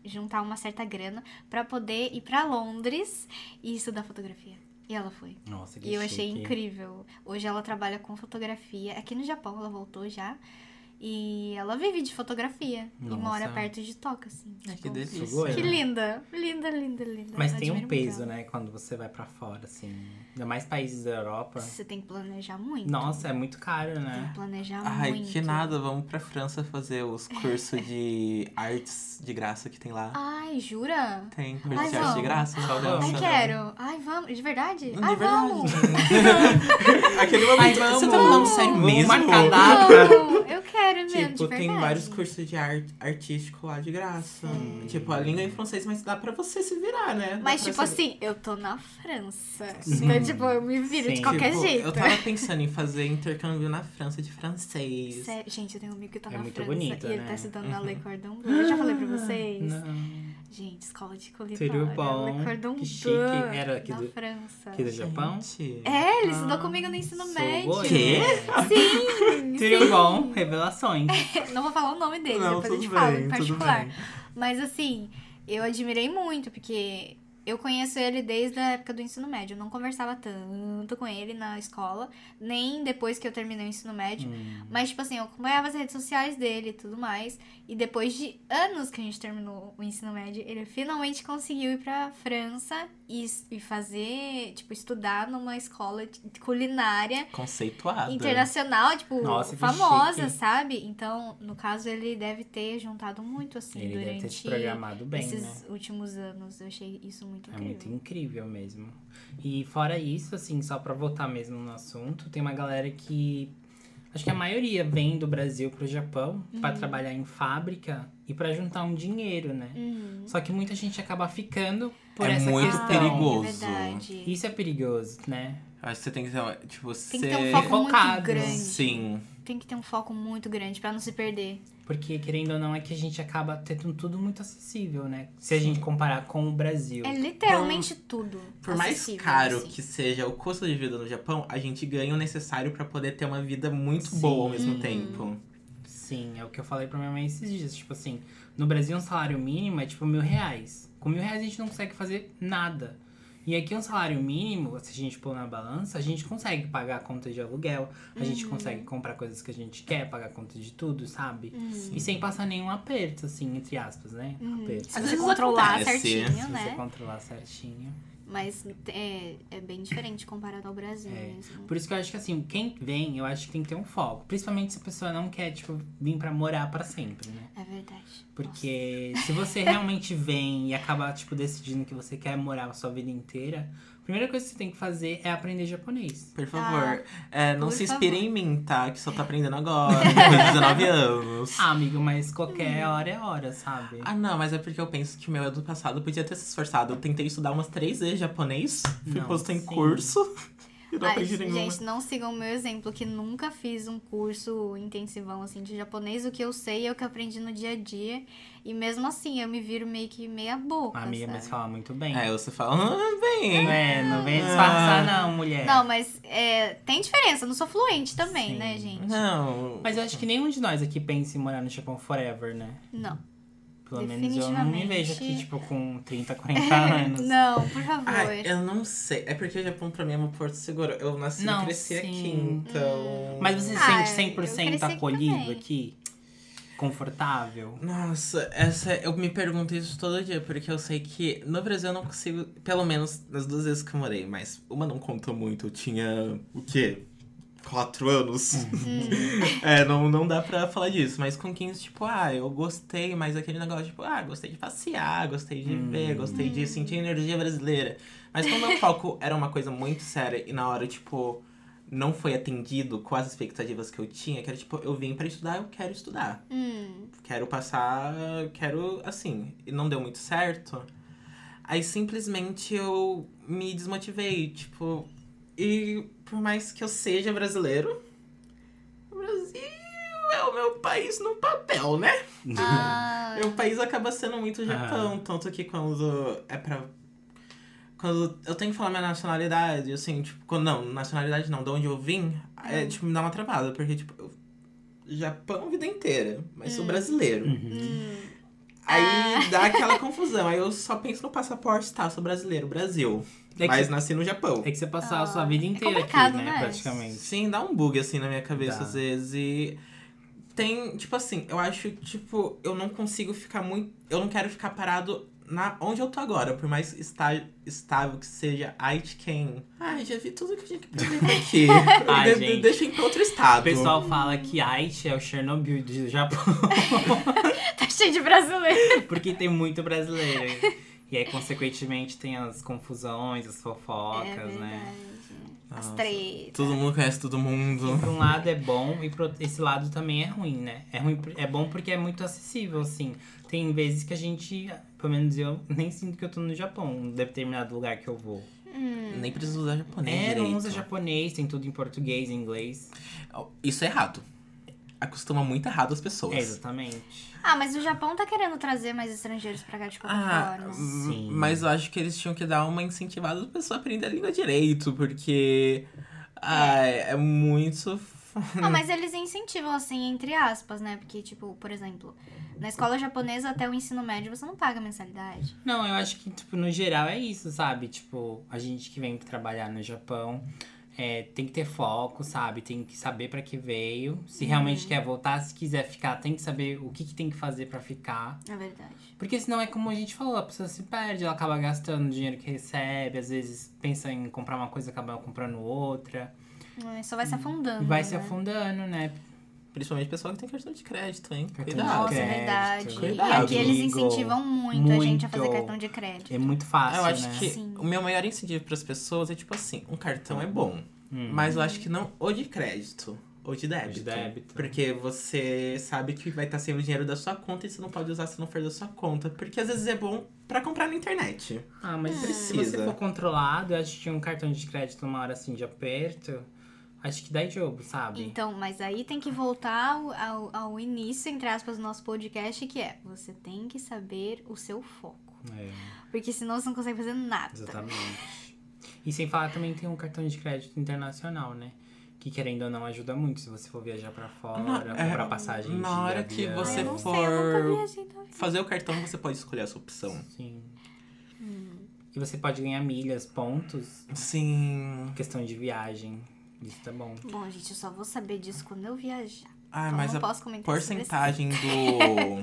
S3: juntar uma certa grana pra poder ir pra Londres e estudar fotografia. E ela foi.
S1: Nossa, que
S3: E eu
S1: chique.
S3: achei incrível. Hoje ela trabalha com fotografia. Aqui no Japão ela voltou já. E ela vive de fotografia. E
S1: Nossa.
S3: mora perto de Tóquio, assim.
S2: Ai, que
S3: Tipo,
S2: delícia.
S1: sugoi,
S3: que
S1: né?
S3: linda. Linda, linda, linda.
S1: Mas
S3: Eu
S1: tem um
S3: admiro
S1: peso,
S3: muito
S1: né? Quando você vai pra fora, assim. Ainda mais países da Europa.
S2: né?
S3: ela. Você tem que planejar muito.
S1: Nossa, é muito caro,
S3: Tem que
S1: né?
S3: planejar
S2: é. Ai,
S3: muito.
S2: que nada, vamos pra França fazer os cursos de artes de graça que tem lá.
S3: Ai, jura?
S2: Tem curso de artes de
S3: vamos.
S2: graça, só dança.
S1: Ai,
S3: Ai,
S2: né?
S3: quero. Ai, vamos. De verdade?
S2: De
S3: Ai,
S2: verdade.
S3: vamos.
S2: Aquele momento.
S1: Ai,
S2: você tá falando sério
S1: Vamos
S2: mesmo?
S1: marcar data.
S3: Vamos. Eu sério mesmo,
S2: Tipo,
S3: de
S2: tem
S3: verdade.
S2: vários cursos de arte artístico lá de graça. Tipo, a língua é em francês, mas dá pra você se virar, né? Dá
S3: Mas,
S2: pra
S3: tipo
S2: você-
S3: assim, eu tô na França. Então, tipo, eu me viro de
S1: Sim.
S3: qualquer
S2: Tipo,
S3: jeito.
S2: Eu tava pensando em fazer intercâmbio na França de francês.
S3: Sério, gente, eu tenho um amigo que tá
S1: É
S3: na
S1: muito
S3: França
S1: bonita,
S3: e ele
S1: né?
S3: tá estudando na Le Cordon Bleu. Eu já falei pra vocês.
S1: Não.
S3: Gente, escola de culinária.
S1: Tudo bom.
S3: Le Cordon
S1: Que chique.
S3: Bleu,
S1: Era aqui
S3: na
S1: do-
S3: França.
S1: aqui do Japão?
S2: Gente.
S3: É, ele estudou
S1: Ah,
S3: comigo no ensino
S1: Sou
S3: médio.
S1: goiana.
S2: Quê?
S3: Sim,
S1: Tudo
S3: sim.
S1: bom, revelações.
S3: Não vou falar o nome dele,
S2: Não,
S3: depois eu te
S2: tudo
S3: falo
S2: bem,
S3: em
S2: tudo
S3: particular.
S2: bem.
S3: Mas assim, eu admirei muito, porque eu conheço ele desde a época do ensino médio. Eu não conversava tanto com ele na escola, nem depois que eu terminei o ensino médio.
S1: Hum.
S3: Mas, tipo assim, eu acompanhava as redes sociais dele e tudo mais. E depois de anos que a gente terminou o ensino médio, ele finalmente conseguiu ir pra França e, e fazer, tipo, estudar numa escola de culinária
S2: Conceituada.
S3: internacional, tipo,
S1: Ah, Nossa, que
S3: famosa,
S1: chique.
S3: sabe? Então, no caso, ele deve ter juntado muito, assim,
S1: Ele deve ter se
S3: durante
S1: programado bem,
S3: esses
S1: né?
S3: últimos anos. Eu achei isso muito
S1: É
S3: incrível.
S1: muito incrível mesmo. E fora isso, assim, só pra voltar mesmo no assunto, tem uma galera que. Acho que a maioria vem do Brasil pro Japão pra trabalhar em fábrica e pra juntar um dinheiro, né?
S3: Uhum.
S1: Só que muita gente acaba ficando por
S2: É
S1: essa
S2: muito
S1: questão.
S2: perigoso.
S3: É verdade.
S1: Isso é perigoso, né?
S2: Eu acho que você tem que ser, tipo,
S3: Tem que
S2: ser...
S3: ter um foco
S1: Focado.
S3: muito grande.
S2: Sim.
S3: Tem que ter um foco muito grande pra não se perder.
S1: Porque, querendo ou não, é que a gente acaba tendo tudo muito acessível, né? Se a gente comparar com o Brasil.
S3: É literalmente tudo.
S2: Por mais
S3: acessível,
S2: caro
S3: assim.
S2: que seja o custo de vida no Japão, a gente ganha o necessário pra poder ter uma vida muito
S1: Sim.
S2: boa ao mesmo
S3: Hum.
S2: tempo.
S1: Sim, é o que eu falei pra minha mãe esses dias. Tipo assim, no Brasil um salário mínimo é tipo mil reais. Com mil reais a gente não consegue fazer nada. E aqui um salário mínimo, se a gente pôr na balança, a gente consegue pagar a conta de aluguel, a
S2: Uhum.
S1: gente consegue comprar coisas que a gente quer, pagar a conta de tudo, sabe?
S2: Uhum.
S1: E sem passar nenhum aperto, assim, entre aspas, né? Aperto.
S3: Se
S2: Às
S3: você
S2: vezes
S3: controlar
S2: acontece.
S3: certinho,
S1: Se você
S3: né?
S1: controlar certinho.
S3: Mas é, é bem diferente comparado ao Brasil
S1: É.
S3: mesmo.
S1: Por isso que eu acho que assim, quem vem, eu acho que tem que ter um foco. Principalmente se a pessoa não quer, tipo, vir pra morar pra sempre, né?
S3: É verdade.
S1: Porque se você realmente vem e acaba, tipo, decidindo que você quer morar a sua vida inteira, a primeira coisa que você tem que fazer é aprender japonês.
S2: Por favor, é, não
S3: Ah, por
S2: se inspire
S3: favor.
S2: em mim, tá? Que só tá aprendendo agora, depois de 19 anos.
S1: Ah, amigo, mas
S3: Hum.
S1: qualquer hora é hora, sabe?
S2: Ah, não, mas é porque eu penso que o meu é do passado, eu podia ter se esforçado. Eu tentei estudar umas três vezes japonês, fui
S1: Não,
S2: posto em
S1: sim.
S2: curso e não
S3: Ai,
S2: aprendi nenhuma.
S3: gente, não sigam o meu exemplo, que nunca fiz um curso intensivão assim de japonês. O que eu sei é o que eu aprendi no dia a dia. E mesmo assim, eu me viro meio que meia boca.
S1: Amiga,
S3: sabe?
S1: mas fala muito bem.
S2: Aí você fala, ah, bem.
S1: É, não vem disfarçar, não, mulher.
S3: Não, mas é, tem diferença, eu não sou fluente também,
S1: Sim.
S3: né, gente?
S2: Não.
S1: Mas eu acho que nenhum de nós aqui pensa em morar no Japão forever, né?
S3: Não.
S1: Pelo menos eu não me vejo aqui,
S3: Definitivamente.
S1: tipo, com 30, 40 anos.
S3: Não, por favor.
S2: Ai, eu não sei. É porque o Japão pra mim é um porto seguro. Eu nasci
S1: Não,
S2: e cresci
S1: sim.
S2: aqui, então.
S1: Mas você se
S3: Ah,
S1: sente
S3: eu cresci
S1: 100%
S3: aqui
S1: acolhido
S3: também.
S1: aqui? Confortável?
S2: Nossa, essa eu me pergunto isso todo dia, porque eu sei que no Brasil eu não consigo, pelo menos nas duas vezes que eu morei, mas uma não conta muito, eu tinha o quê? Quatro anos. é, não, não dá pra falar disso, mas com 15, tipo, ah, eu gostei, mas aquele negócio, tipo, ah, gostei de passear, gostei de ver, gostei de sentir a energia brasileira. Mas como meu foco era uma coisa muito séria e na hora, tipo, não foi atendido com as expectativas que eu tinha, que era tipo, eu vim pra estudar, eu quero estudar
S3: Hum,
S2: quero passar, quero assim, e não deu muito certo. Aí simplesmente eu me desmotivei, tipo, e por mais que eu seja brasileiro, o Brasil é o meu país no papel, né?
S3: ah,
S2: Meu país acaba sendo muito o Japão,
S1: Aham.
S2: tanto que quando é pra. Quando eu tenho que falar minha nacionalidade, assim, tipo, quando, não, nacionalidade não, de onde eu vim, é, tipo, me dá uma travada, porque, tipo, eu- Japão a vida inteira, mas sou brasileiro.
S3: hum.
S2: Aí dá aquela confusão. Aí eu só penso no passaporte, tá? eu Sou brasileiro, Brasil.
S1: É que-
S2: mas nasci no Japão.
S1: É que você passou a sua
S3: Ah,
S1: vida
S3: é
S1: inteira aqui,
S3: complicado,
S1: né?
S3: né?
S1: Praticamente.
S2: Sim, dá um bug assim na minha cabeça
S1: Dá.
S2: às vezes. E tem, tipo assim, eu acho, tipo, eu não consigo ficar muito. Eu não quero ficar parado na onde eu tô agora, por mais está, estável que seja Aitken. Ai, já vi tudo que eu tinha que fazer aqui.
S1: Ai,
S2: De-
S1: gente.
S2: Deixa eu ir pra outro estado.
S1: O pessoal fala que Aichi é o Chernobyl do Japão,
S3: Tá cheio de brasileiro.
S1: porque tem muito brasileiro. E aí, consequentemente, tem as confusões, as fofocas,
S3: é verdade.
S1: né?
S3: As
S2: Nossa,
S3: tretas.
S2: Ah, Todo mundo conhece todo mundo.
S1: Por um lado é bom e pro esse lado também é ruim, né? É ruim, por- é bom porque é muito acessível, assim. Tem vezes que a gente, pelo menos eu, nem sinto que eu tô no Japão, em determinado lugar que eu vou.
S2: Nem precisa usar japonês.
S1: É, não
S2: direito.
S1: usa japonês, tem tudo em português, em inglês.
S2: Isso é errado. Acostuma muito errado as pessoas.
S1: É, exatamente.
S3: Ah, mas o Japão tá querendo trazer mais estrangeiros pra cá de qualquer
S2: Ah,
S3: forma.
S2: hum,
S1: Sim.
S2: mas eu acho que eles tinham que dar uma incentivada pra pessoa aprender a língua direito, porque. Ah, é muito. f-
S3: Ah, mas eles incentivam, assim, entre aspas, né? Porque, tipo, por exemplo, na escola japonesa até o ensino médio você não paga mensalidade.
S1: Não, eu acho que, tipo, no geral é isso, sabe? Tipo, a gente que vem trabalhar no Japão é, tem que ter foco, sabe? Tem que saber pra que veio. Se realmente quer voltar, se quiser ficar, tem que saber o que, que tem que fazer pra ficar.
S3: É verdade.
S1: Porque senão é como a gente falou, a pessoa se perde, ela acaba gastando o dinheiro que recebe, às vezes pensa em comprar uma coisa e acaba comprando outra.
S3: É, Só vai se afundando.
S1: E vai se
S3: né?
S1: afundando, né?
S2: Principalmente o pessoal que tem cartão de crédito, hein?
S1: Cartão de
S2: Cuidado.
S3: Nossa, é
S1: crédito.
S3: verdade.
S2: Cuidado,
S3: e aqui eles
S1: amigo.
S3: incentivam muito, a gente a fazer
S1: Muito.
S3: cartão de crédito.
S1: É muito fácil,
S2: Eu acho
S1: né?
S2: que
S3: Sim.
S2: o meu maior incentivo pras pessoas é tipo assim: um cartão é bom,
S1: Hum.
S2: mas eu acho que não ou de crédito. Ou de débito.
S1: Uhum. De débito.
S2: Porque você sabe que vai estar sem o dinheiro da sua conta e você não pode usar se não for da sua conta. Porque às vezes é bom pra comprar na internet.
S1: Ah, mas se
S2: Precisa.
S1: você for controlado, eu acho que um cartão de crédito numa hora assim de aperto, acho que dá jogo, sabe?
S3: Então, mas aí tem que voltar ao, ao, ao início, entre aspas, do nosso podcast, que é você tem que saber o seu foco.
S1: É,
S3: Porque senão você não consegue fazer nada.
S1: exatamente. E sem falar também tem um cartão de crédito internacional, né? Que querendo ou não ajuda muito se você for viajar pra fora,
S2: Na- é,
S1: comprar passagem.
S2: na
S1: de
S2: hora que
S1: avião.
S2: você
S3: Ai, Ah, eu não
S2: for-
S3: sei, eu nunca viajei na vida.
S2: Fazer o cartão você pode escolher a sua opção.
S1: Sim. E você pode ganhar milhas, pontos,
S2: Sim.
S1: questão de viagem. Isso tá bom.
S3: Bom, gente, eu só vou saber disso quando eu viajar.
S2: Ah,
S3: Então,
S2: mas
S3: não
S2: a
S3: posso comentar sobre
S2: porcentagem é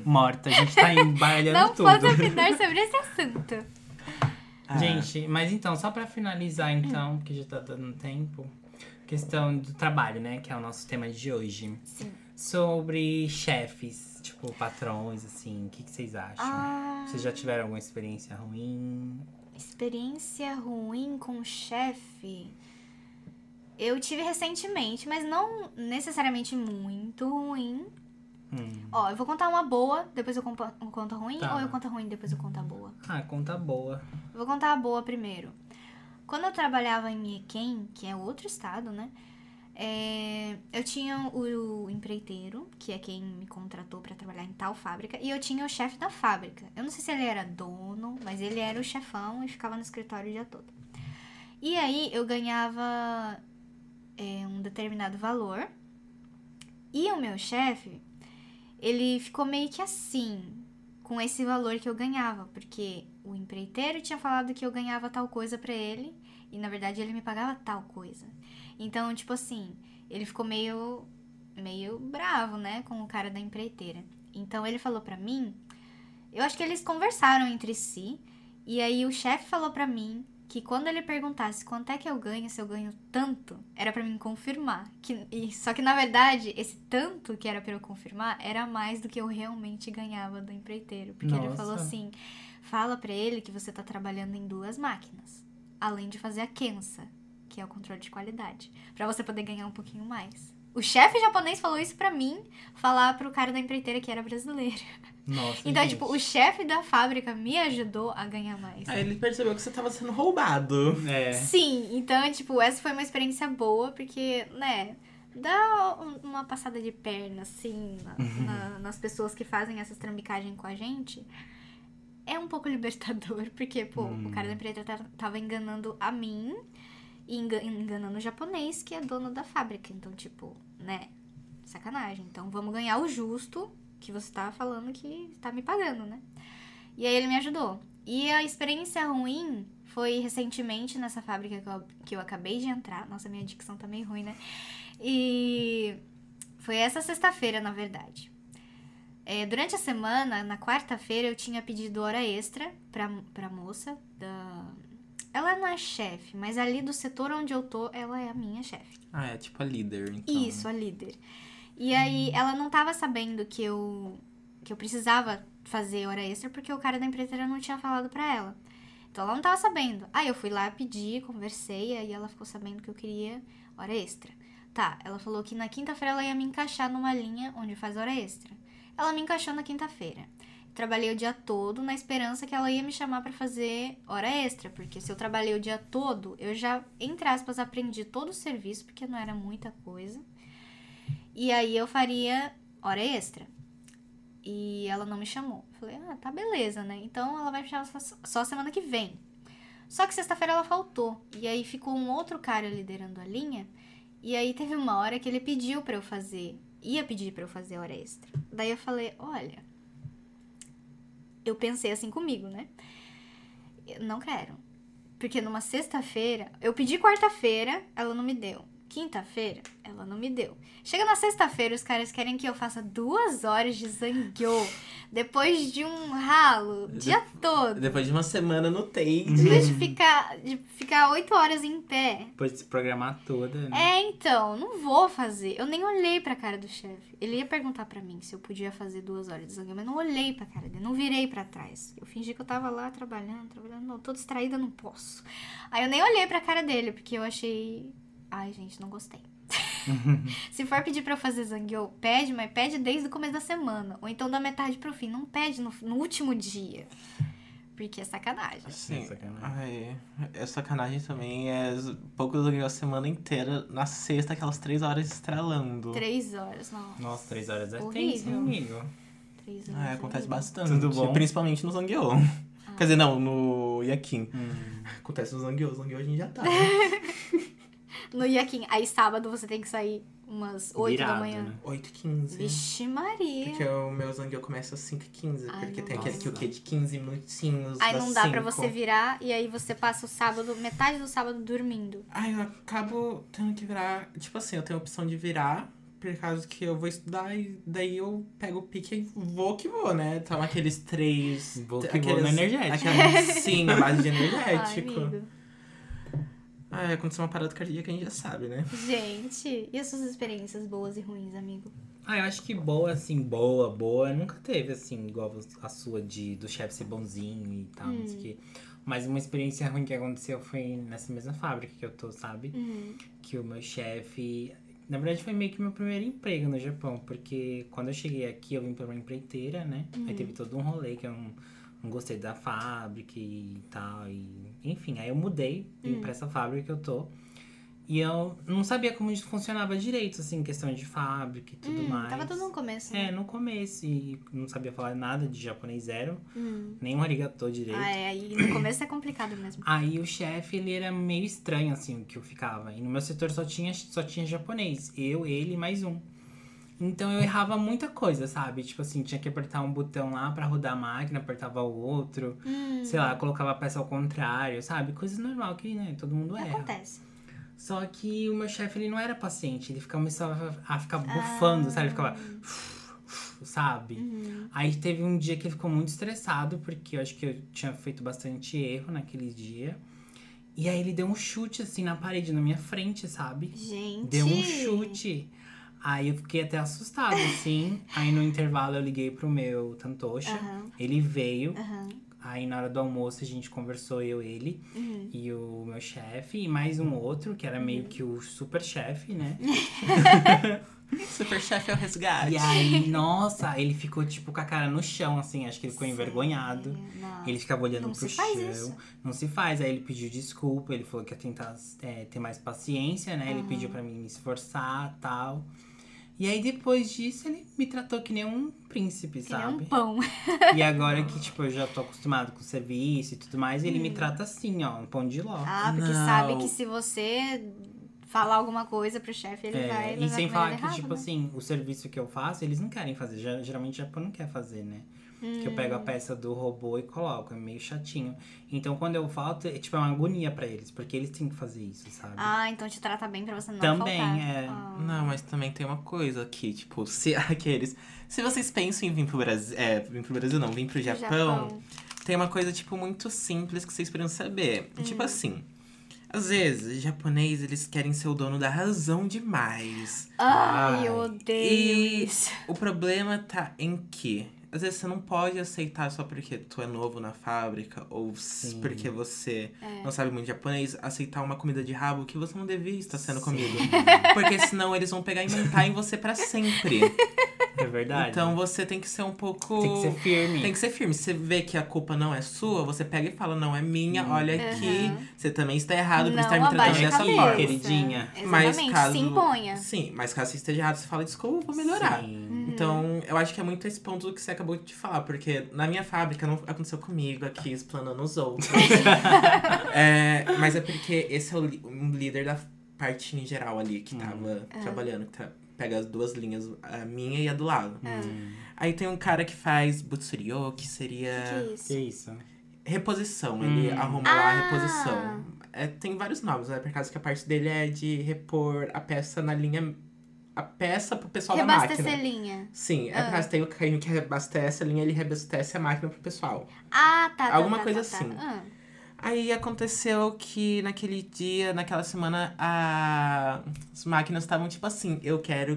S2: do.
S1: Morta, a gente tá
S3: esse...
S1: embaralhando
S3: Não
S1: tudo.
S3: posso opinar sobre esse assunto. É.
S2: Ah,
S1: Gente, mas então, só pra finalizar então, porque já tá dando tempo, questão do trabalho, né, que é o nosso tema de hoje.
S3: Sim.
S1: Sobre chefes, tipo, patrões, assim, o que, que vocês acham?
S3: Ah,
S1: Vocês já tiveram alguma experiência ruim?
S3: experiência ruim com chefe. Eu tive recentemente, mas não necessariamente muito ruim.
S1: Hum.
S3: Ó, eu vou contar uma boa, depois eu compa- conto a ruim,
S1: Tá.
S3: ou eu conto a ruim, depois eu conto a boa?
S1: Ah, conta boa.
S3: Eu Vou contar a boa primeiro. Quando eu trabalhava em Mieken, que é outro estado, né? é, eu tinha o, empreiteiro, que é quem me contratou pra trabalhar em tal fábrica, e eu tinha o chefe da fábrica. Eu não sei se ele era dono, mas ele era o chefão e ficava no escritório o dia todo. E aí eu ganhava é, um determinado valor, e o meu chefe, ele ficou meio que assim, com esse valor que eu ganhava, porque o empreiteiro tinha falado que eu ganhava tal coisa pra ele e na verdade ele me pagava tal coisa. Então, tipo assim, ele ficou meio meio bravo, né, com o cara da empreiteira. Então ele falou pra mim, eu acho que eles conversaram entre si e aí o chefe falou pra mim que quando ele perguntasse quanto é que eu ganho, se eu ganho tanto, era pra mim confirmar. Que, e- só que na verdade, esse tanto que era pra eu confirmar era mais do que eu realmente ganhava do empreiteiro. Porque ele
S1: Nossa.
S3: falou assim: fala pra ele que você tá trabalhando em duas máquinas, além de fazer a Kensa, que é o controle de qualidade, pra você poder ganhar um pouquinho mais. O chefe japonês falou isso pra mim, falar pro cara da empreiteira que era brasileiro.
S1: Nossa,
S3: Então,
S1: gente.
S3: tipo, o chefe da fábrica me ajudou a ganhar mais.
S2: Aí ele percebeu que você tava sendo roubado.
S1: É,
S3: Sim, então, tipo, essa foi uma experiência boa, porque, né, dá um- uma passada de perna, assim, na- na- nas pessoas que fazem essas trambicagens com a gente. É um pouco libertador, porque, pô, o cara da empresa tá- tava enganando a mim e enga- enganando o japonês, que é dono da fábrica. Então, tipo, né, sacanagem. Então, vamos ganhar o justo que você tá falando que tá me pagando, né? E aí ele me ajudou. E a experiência ruim foi recentemente nessa fábrica que eu, que eu acabei de entrar. Nossa, minha dicção tá meio ruim, né? E foi essa sexta-feira, na verdade. É, durante a semana, na quarta-feira, eu tinha pedido hora extra pra, pra moça. Da... Ela não é chefe, mas ali do setor onde eu tô, ela é a minha chefe.
S2: Ah, é tipo a líder. Então.
S3: Isso, a líder. E aí ela não tava sabendo que eu que eu precisava fazer hora extra porque o cara da empreiteira não tinha falado pra ela. Então ela não tava sabendo. Aí eu fui lá pedi, conversei, aí ela ficou sabendo que eu queria hora extra. Tá, ela falou que na quinta-feira ela ia me encaixar numa linha onde faz hora extra. Ela me encaixou na quinta-feira. Trabalhei o dia todo na esperança que ela ia me chamar pra fazer hora extra, porque se eu trabalhei o dia todo, eu já, entre aspas, aprendi todo o serviço, porque não era muita coisa. E aí eu faria hora extra. E ela não me chamou. Eu Falei, ah, tá beleza, né? Então ela vai me chamar só- só semana que vem. Só que sexta-feira ela faltou. E aí ficou um outro cara liderando a linha. E aí teve uma hora que ele pediu pra eu fazer. Ia pedir pra eu fazer hora extra. Daí eu falei, olha. Eu pensei assim comigo, né? Eu não quero. Porque numa sexta-feira, eu pedi quarta-feira, ela não me deu. Quinta-feira, ela não me deu. Chega na sexta-feira, os caras querem que eu faça duas horas de zangueô. Depois de um ralo, o dia todo.
S2: Depois de uma semana no
S3: Em
S2: Tate.
S3: vez de ficar, de ficar oito horas em pé.
S1: Depois de se programar toda, né?
S3: É, então, não vou fazer. Eu nem olhei pra cara do chefe. Ele ia perguntar pra mim se eu podia fazer duas horas de zangue, mas não olhei pra cara dele, não virei pra trás. Eu fingi que eu tava lá trabalhando, trabalhando. Não, tô distraída, não posso. Aí eu nem olhei pra cara dele, porque eu achei. Ai, gente, não gostei. Se for pedir pra eu fazer zangueô, pede, mas pede desde o começo da semana. Ou então da metade pro fim. Não pede no, no último dia. Porque é sacanagem.
S2: Sim.
S1: É sacanagem.
S2: Ai, é sacanagem também. É poucos ganhou a semana inteira. Na sexta, aquelas três horas estralando.
S3: Três horas, não.
S1: Nossa, três horas é tenso,
S3: Horrível.
S1: amigo. É,
S3: Três horas.
S2: Ah, acontece bastante.
S1: Tudo bom?
S2: Principalmente no Zangyo.
S3: Ah.
S2: Quer dizer, não, no Yakin.
S1: Hum,
S2: Acontece no Zangyo. Zangyo a gente já tá. né?
S3: No Iaquim. Aí sábado você tem que sair umas oito da
S1: Virado,
S3: manhã.
S1: né?
S2: 8h15.
S3: Vixe Maria.
S2: Porque o meu Zangyo começa às 5h15.
S3: Ai,
S2: Porque
S3: não
S2: tem aquele
S1: dá.
S2: que o quê? De 15 minutinhos.
S3: Aí
S2: das
S3: não dá pra
S2: cinco.
S3: você virar e aí você passa o sábado, metade do sábado dormindo.
S2: Ai, eu acabo tendo que virar. Tipo assim, eu tenho a opção de virar. Por causa que eu vou estudar e daí eu pego o pique e vou que vou, né? Então aqueles três.
S1: Vou que
S2: aqueles,
S1: vou no energético.
S2: Aquelas, sim, a base de
S1: É,
S3: Ai,
S1: tipo,
S2: energético.
S3: amigo.
S2: Ah, aconteceu uma parada cardíaca, a gente já sabe, né?
S3: Gente, e as suas experiências boas e ruins, amigo?
S1: Ah, eu acho que boa, assim, boa, boa. Nunca teve, assim, igual vo- a sua de do chefe ser bonzinho e tal, não sei o quê. Mas uma experiência ruim que aconteceu foi nessa mesma fábrica que eu tô, sabe?
S3: Hum,
S1: Que o meu chefe. Na verdade, foi meio que meu primeiro emprego no Japão, porque quando eu cheguei aqui, eu vim pra uma empreiteira, né?
S3: Uhum.
S1: Aí teve todo um rolê que eu não, não gostei da fábrica e tal. E... Enfim, aí eu mudei,
S3: Hum.
S1: vim pra essa fábrica que eu tô. E eu não sabia como isso funcionava direito, assim, questão de fábrica e tudo
S3: hum,
S1: mais.
S3: Tava tudo no começo,
S1: É,
S3: né?
S1: no começo, e não sabia falar nada de japonês zero,
S3: Hum.
S1: nem um arigatô direito.
S3: Ah, é, aí no começo é complicado mesmo.
S1: Aí o chefe, ele era meio estranho, assim, o que eu ficava. E no meu setor só tinha, só tinha japonês. Eu, ele e mais um. Então eu errava muita coisa, sabe? Tipo assim, tinha que apertar um botão lá pra rodar a máquina, apertava o outro.
S3: Hum,
S1: Sei lá, colocava a peça ao contrário, sabe? Coisa normal que, né, todo mundo erra.
S3: Hum, acontece.
S1: Só que o meu chefe, ele não era paciente. Ele ficava, começava a ficar bufando, sabe? Ele ficava... Sabe?
S3: Uhum.
S1: Aí teve um dia que ele ficou muito estressado, porque eu acho que eu tinha feito bastante erro naquele dia. E aí ele deu um chute assim na parede, na minha frente, sabe?
S3: Gente.
S1: Deu um chute. Aí eu fiquei até assustada, assim. aí no intervalo eu liguei pro meu Tantocha.
S3: Aham.
S1: Ele veio.
S3: Aham.
S1: Aí na hora do almoço a gente conversou, eu, ele
S3: Uhum.
S1: e o meu chefe, e mais um outro, que era meio que o super chefe, né?
S2: Super chefe é o resgate.
S1: E aí, nossa, ele ficou tipo com a cara no chão, assim, acho que ele ficou envergonhado.
S3: Sério? Nossa.
S1: Ele ficava olhando
S3: Ah, Não
S1: pro
S3: se
S1: chão.
S3: faz isso.
S1: Não se faz. Aí ele pediu desculpa, ele falou que ia tentar é, ter mais paciência, né? Ele
S3: Ah.
S1: pediu pra mim me esforçar tal. E aí depois disso ele me tratou que nem um príncipe,
S3: Que nem
S1: sabe?
S3: um pão.
S1: E agora que, tipo, eu já tô acostumado com o serviço e tudo mais, ele me trata assim, ó, um pão de ló.
S3: Hum. Ah, porque
S2: Não.
S3: sabe que se você falar alguma coisa pro chefe, ele
S1: É,
S3: vai.
S1: e
S3: levar
S1: sem
S3: com
S1: falar
S3: ele
S1: que,
S3: errado,
S1: tipo
S3: né?
S1: assim, o serviço que eu faço, eles não querem fazer. Ge- Geralmente o Japão não quer fazer, né? Que eu
S3: Hum.
S1: pego a peça do robô e coloco, é meio chatinho. Então quando eu falto, é tipo é uma agonia pra eles, porque eles têm que fazer isso, sabe?
S3: Ah, então te trata bem pra você não
S1: Também,
S3: faltar.
S1: é.
S3: Ah.
S2: Não, mas também tem uma coisa aqui, tipo, se aqueles. Se vocês pensam em vir pro Brasil. É, vir pro Brasil não, vir pro Japão,
S3: Japão.
S2: tem uma coisa, tipo, muito simples que vocês precisam saber. Tipo assim. Às vezes, japonês, eles querem ser o dono da razão demais.
S3: Ai, eu
S1: Ai.
S3: odeio
S2: E-
S3: isso.
S2: O problema tá em que Às vezes você não pode aceitar só porque tu é novo na fábrica ou s-
S1: Sim.
S2: porque você
S3: É.
S2: não sabe muito japonês, aceitar uma comida de rabo que você não devia estar Tá sendo comido. Porque senão eles vão pegar e mentar em você pra sempre.
S1: É verdade.
S2: Então você tem que ser um pouco.
S1: tem que ser firme.
S2: Tem que ser firme. Se você vê que a culpa não é sua, você pega e fala, não é minha, olha aqui.
S3: Uhum.
S2: Você também está errado por
S3: Não
S2: estar me
S1: Então,
S2: tratando
S3: abaixa a É.
S2: dessa
S3: cabeça.
S2: forma.
S1: queridinha.
S2: Mas
S3: Exatamente,
S2: caso-
S3: se imponha.
S2: Sim, mas caso você esteja errado, você fala, desculpa, vou melhorar.
S1: Sim.
S2: Então, eu acho que é muito esse ponto do que você acabou de falar, porque na minha fábrica não aconteceu comigo aqui, explanando os outros. É, mas é porque esse é o li- um líder da parte em geral ali que
S1: Uhum.
S2: tava
S3: É.
S2: trabalhando, que tá- pega as duas linhas, a minha e a do lado.
S3: É.
S2: Aí tem um cara que faz butsuryo, que seria
S3: Que é isso?
S1: Que isso.
S2: reposição. Ele
S1: Hum.
S2: arruma lá a
S3: Ah.
S2: reposição. É, tem vários nomes, né? Por causa que a parte dele é de repor a peça na linha. A peça pro pessoal da máquina.
S3: Reabastecer linha.
S2: Sim, é
S3: Ah.
S2: por causa que tem o carrinho que abastece a linha, ele reabastece a máquina pro pessoal.
S3: Ah, tá. tá,
S2: Alguma
S3: tá,
S2: coisa
S3: tá, tá.
S2: assim.
S3: Ah,
S2: Aí aconteceu que naquele dia, naquela semana, a... as máquinas estavam tipo assim, eu quero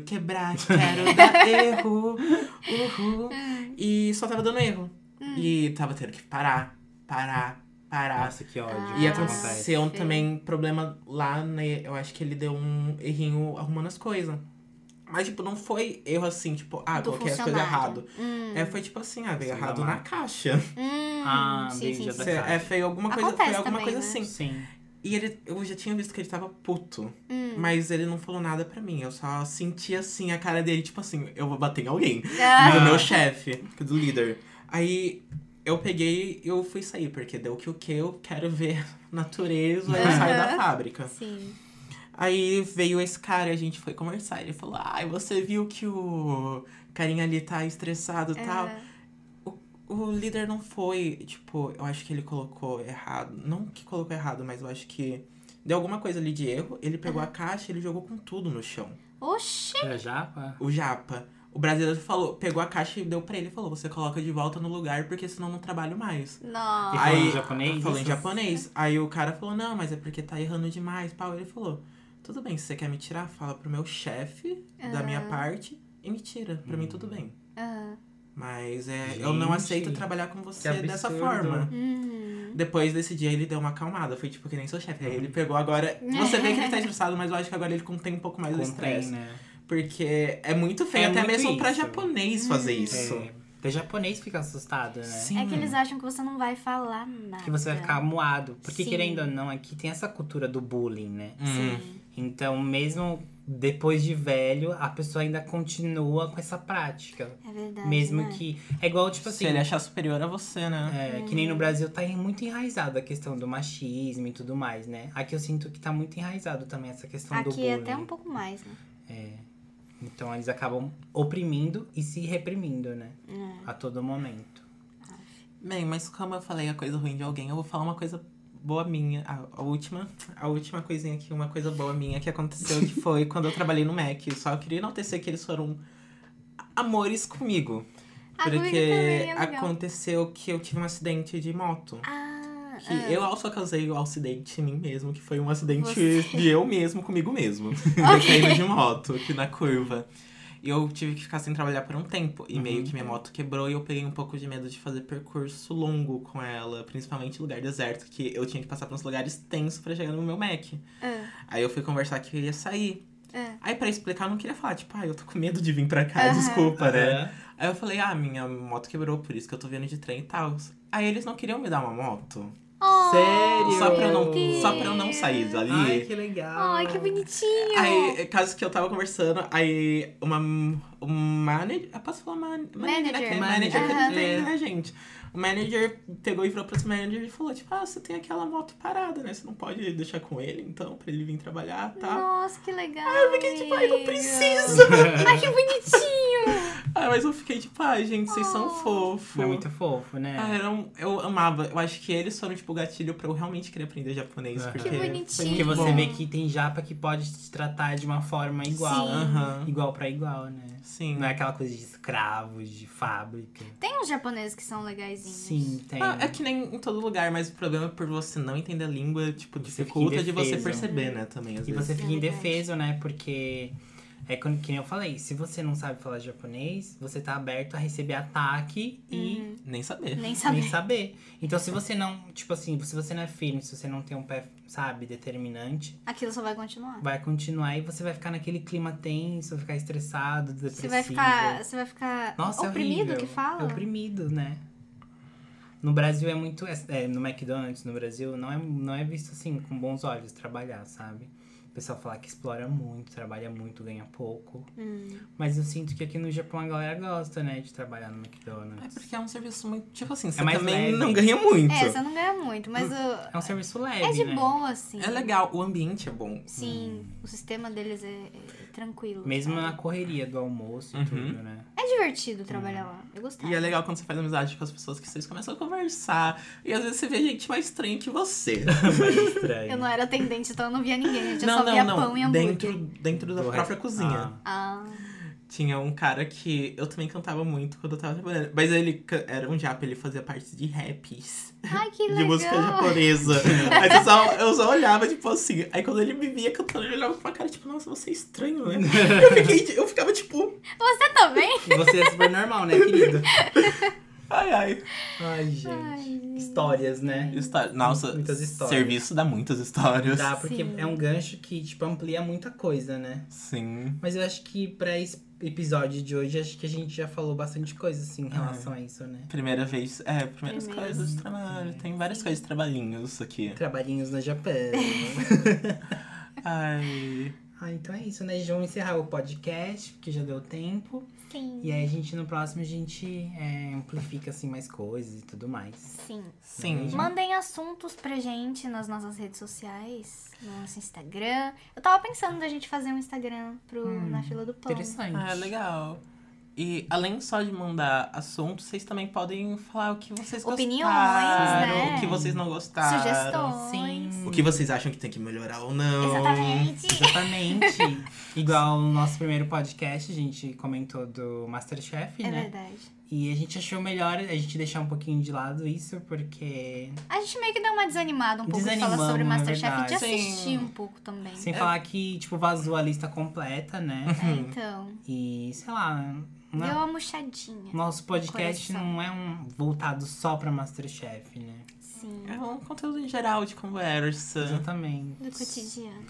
S2: quebrar, quero dar erro, uhul.
S3: Ah.
S2: E só tava dando erro.
S3: Hum.
S2: E tava tendo que parar, parar, parar.
S1: Nossa, que ódio.
S3: Ah.
S2: E
S1: que
S2: aconteceu
S3: sim.
S2: também problema lá, né? Eu acho que ele deu um errinho arrumando as coisas. Mas, tipo, não foi erro assim, tipo, ah,
S3: do
S2: coloquei as coisas
S3: funcionário.
S2: errado.
S3: Hum,
S2: É, foi tipo assim, ah, veio
S1: Sim,
S2: errado
S1: da
S2: na
S1: marca.
S2: caixa.
S3: hum,
S1: É. Ah,
S3: sim,
S1: beijo
S3: sim,
S1: da
S3: sim.
S2: Cê- É, foi alguma coisa,
S3: Acontece
S2: foi alguma
S3: também,
S2: coisa
S3: né?
S2: assim.
S1: Sim.
S2: E ele, eu já tinha visto que ele tava puto,
S3: Hum.
S2: mas ele não falou nada pra mim. Eu só senti assim a cara dele, tipo assim, eu vou bater em alguém.
S3: Ah,
S2: Do meu chefe, do líder. Aí eu peguei e eu fui sair, porque deu que o que eu quero ver natureza, eu
S3: Aham.
S2: saio da fábrica.
S3: Sim.
S2: Aí veio esse cara e a gente foi conversar. Ele falou: Ai, você viu que o carinha ali tá estressado e tal.
S3: Ah,
S2: O líder não foi, tipo, eu acho que ele colocou errado. Não que colocou errado, mas eu acho que deu alguma coisa ali de erro. Ele pegou a caixa e ele jogou com tudo no chão.
S3: Oxi.
S1: Era é japa?
S2: O japa. O brasileiro falou, pegou a caixa e deu pra ele e falou: você coloca de volta no lugar, porque senão eu não trabalho mais.
S1: E
S3: Nossa.
S1: falou
S2: Aí-
S1: em japonês?
S2: Falou em
S1: Isso?
S2: japonês. Aí o cara falou: não, mas é porque tá errando demais, pau. Ele falou: tudo bem, se você quer me tirar, fala pro meu chefe da minha parte e me tira. Pra mim, tudo bem.
S3: Ah,
S2: Mas é, eu não
S1: Hum. Gente,
S2: aceito trabalhar com você
S1: que
S2: dessa
S1: absurdo.
S2: forma.
S3: hum.
S2: Depois desse dia ele deu uma acalmada, foi tipo que nem seu chefe. Aí ele pegou agora. Você vê que ele tá estressado, mas eu acho que agora ele contém um pouco mais do
S1: Contém,
S2: estresse.
S1: né?
S2: Porque é muito feio,
S1: É
S2: até
S1: muito
S2: mesmo pra
S1: isso.
S2: japonês fazer isso.
S1: É, até japonês fica assustado, né?
S2: Sim.
S3: Uhum. É que eles acham que você não vai falar nada.
S1: Que você vai ficar moado. Porque
S3: É. Sim.
S1: querendo ou não, aqui tem essa cultura do bullying, né?
S2: Hum.
S3: Sim.
S1: Então, mesmo depois de velho, a pessoa ainda continua com essa prática.
S3: É verdade.
S1: mesmo
S3: né?
S1: que. É igual, tipo
S2: Se
S1: assim.
S2: ele achar superior a você, né?
S1: É, que nem no Brasil tá en- muito enraizado a questão do machismo e tudo mais, né? Aqui eu sinto que tá muito enraizado também essa questão do
S3: Aqui
S1: bullying.
S3: é até um pouco mais, né?
S1: Então eles acabam oprimindo e se reprimindo, né?
S3: É.
S1: A todo momento.
S2: Bem, mas como eu falei a coisa ruim de alguém, eu vou falar uma coisa boa minha. A, a última, a última coisinha aqui, uma coisa boa minha que aconteceu, que foi quando eu trabalhei no Mac. Só queria enaltecer que eles foram amores comigo.
S3: Ah, comigo
S2: porque
S3: também, é legal.
S2: aconteceu que eu tive um acidente de moto.
S3: Ah,
S2: Que eu also causei o acidente em mim mesmo, que foi um acidente
S3: Você.
S2: de eu mesmo comigo mesmo. Eu caindo de moto aqui na curva. E eu tive que ficar sem trabalhar por um tempo. E
S3: Uhum.
S2: meio que minha moto quebrou e eu peguei um pouco de medo de fazer percurso longo com ela, principalmente em lugar deserto, que eu tinha que passar por uns lugares tensos pra chegar no meu Mac.
S3: ah,
S2: Aí eu fui conversar que eu ia sair.
S3: ah.
S2: Aí pra explicar, eu não queria falar, tipo, ah, eu tô com medo de vir pra cá,
S3: Aham.
S2: desculpa, né?
S1: Aham.
S2: Aí eu falei, ah, minha moto quebrou, por isso que eu tô vindo de trem e tal. Aí eles não queriam me dar uma moto.
S3: Oh,
S1: Sério?
S2: Só pra, eu
S1: Meu
S2: não,
S1: Deus.
S2: só pra eu não sair dali.
S1: Ai, que legal.
S3: Ai, que bonitinho.
S2: Aí, é, caso que eu tava conversando, aí uma, um manager. Eu posso falar man, manager?
S3: Manager.
S2: né? Manager, que
S3: Aham.
S2: não tem, né, gente? O manager pegou e virou pra esse manager e falou: Tipo, ah, você tem aquela moto parada, né? Você não pode deixar com ele, então, pra ele vir trabalhar tá?" e
S1: tá.
S2: tal.
S3: Nossa, que legal. Ai, eu fiquei
S2: Tipo, ai, não precisa.
S3: Ai, que bonitinho.
S2: Ah, mas eu fiquei tipo, ai, gente, vocês
S3: Ah."
S2: são fofos.
S1: Foi muito fofo, né?
S2: Ah, era um- eu amava. Eu acho que eles foram, tipo, o gatilho pra eu realmente querer aprender japonês.
S1: Aham.
S2: Porque
S1: É. Que
S2: foi
S3: bonitinho.
S1: Porque
S2: muito
S1: você
S2: bom.
S1: vê que tem japa que pode te tratar de uma forma igual.
S3: Sim.
S2: Aham.
S1: Igual pra igual, né?
S2: Sim.
S1: Não é aquela coisa de escravos, de fábrica.
S3: Tem uns japoneses que são legaisinhos.
S1: Sim, tem.
S2: Ah, é que nem em todo lugar, mas o problema é por você não entender a língua, tipo,
S1: Você fica
S2: dificulta de você
S1: indefeso.
S2: perceber, né, também, às
S1: E
S2: vezes.
S1: você fica
S3: É verdade.
S1: indefeso, né? Porque É quando, que nem eu falei, se você não sabe falar japonês, você tá aberto a receber ataque e
S2: Nem saber.
S3: Nem saber.
S1: nem saber. Então, se você não, tipo assim, se você não é firme, se você não tem um pé, sabe, determinante,
S3: Aquilo só vai continuar.
S1: vai continuar e você vai ficar naquele clima tenso, ficar estressado, depressivo.
S3: Você vai ficar. Você vai ficar
S1: assim, né? Nossa, é
S3: oprimido
S1: horrível.
S3: que fala?
S1: É oprimido, né? No Brasil é muito. é- é, no McDonald's, no Brasil, não é, não é visto assim com bons olhos trabalhar, sabe? O pessoal fala que explora muito, trabalha muito, ganha pouco.
S3: Hum.
S1: Mas eu sinto que aqui no Japão a galera gosta, né, de trabalhar no
S2: É
S1: McDonald's.
S2: porque é um serviço muito. Tipo assim, você
S1: mais
S2: também
S1: leve.
S2: não ganha muito.
S3: É, você não ganha muito, mas o-
S1: É um serviço leve,
S3: é de
S1: né?
S3: boa, assim.
S2: É legal, o ambiente é bom.
S3: Sim, o sistema deles é, é tranquilo.
S1: Hum. Mesmo
S3: sabe?
S1: na correria do almoço e
S2: Uhum.
S1: tudo, né?
S3: É divertido trabalhar
S1: Hum.
S3: lá. Eu gostava.
S2: E é legal quando você faz amizade com as pessoas que vocês começam a conversar. E às vezes você vê gente mais estranha que você.
S1: Mas estranho.
S3: Eu não era atendente, então eu não via ninguém. Eu só
S2: não, não,
S3: via
S2: não.
S3: pão e hambúrguer.
S2: dentro, dentro da
S1: Do
S2: própria
S1: resto-
S2: cozinha.
S3: Ah,
S1: Ah,
S2: Tinha um cara que eu também cantava muito quando eu tava trabalhando. Mas ele ca- era um japa, ele fazia parte de raps.
S3: ai, que legal.
S2: De música japonesa. Aí eu só, eu só olhava, tipo assim. Aí quando ele me via cantando, ele olhava pra cara, tipo, nossa, você é estranho, né? Eu, fiquei, eu ficava tipo,
S3: Você também?
S1: e você é super normal, né, querido?
S2: ai, ai.
S1: Ai,
S3: Ai,
S1: gente.
S3: gente.
S1: Histórias, né?
S2: Histó- Nossa,
S1: Muitas histórias.
S2: serviço dá muitas histórias.
S1: Dá, porque
S3: Sim.
S1: é um gancho que, tipo, amplia muita coisa, né?
S2: Sim.
S1: Mas eu acho que pra esse episódio de hoje, acho que a gente já falou bastante coisa, assim, em relação
S3: É.
S1: a isso, né?
S2: Primeira vez. É, primeiras
S3: Primeira.
S2: coisas de trabalho. Tem várias coisas de trabalhinhos aqui.
S1: Trabalhinhos no Japão.
S2: Ai.
S1: ah, então é isso, né? Vamos encerrar o podcast, porque já deu tempo.
S3: Sim.
S1: E aí a gente, no próximo, a gente é, amplifica, assim, mais coisas e tudo mais.
S3: Sim.
S2: Sim.
S3: Mandem assuntos pra gente nas nossas redes sociais, no nosso Instagram. Eu tava pensando da gente fazer um Instagram pro Na Fila do Pão.
S1: Interessante.
S2: Ah, legal. E além só de mandar assuntos, vocês também podem falar o que vocês
S3: Opiniões,
S2: gostaram,
S3: né?
S2: o que vocês não gostaram.
S3: Sugestões.
S1: Sim.
S2: O que vocês acham que tem que melhorar ou não.
S3: Exatamente.
S1: Exatamente. Igual no nosso primeiro podcast, a gente comentou do Masterchef,
S3: É
S1: né?
S3: verdade.
S1: E a gente achou melhor a gente deixar um pouquinho de lado isso, porque.
S3: A gente meio que deu uma desanimada um pouco de falar
S1: Desanimamos,
S3: sobre
S1: é
S3: Masterchef e de
S1: verdade.
S3: assistir
S2: Sim.
S3: um pouco também.
S1: Sem falar que, tipo, vazou a lista completa, né?
S3: É, então,
S1: E, sei lá,
S3: deu
S1: não-
S3: uma murchadinha.
S1: nosso podcast
S3: Coração.
S1: não é um voltado só pra Masterchef, né?
S3: Sim.
S2: É um conteúdo em geral de conversa.
S1: Exatamente.
S3: Do cotidiano.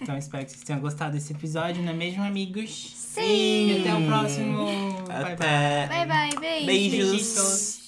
S1: Então espero que vocês tenham gostado desse episódio, não é mesmo, amigos?
S3: Sim!
S1: E até o próximo. Bye bye.
S2: Até.
S3: Bye, bye. Beijos.
S2: Beijos.
S1: Beijitos.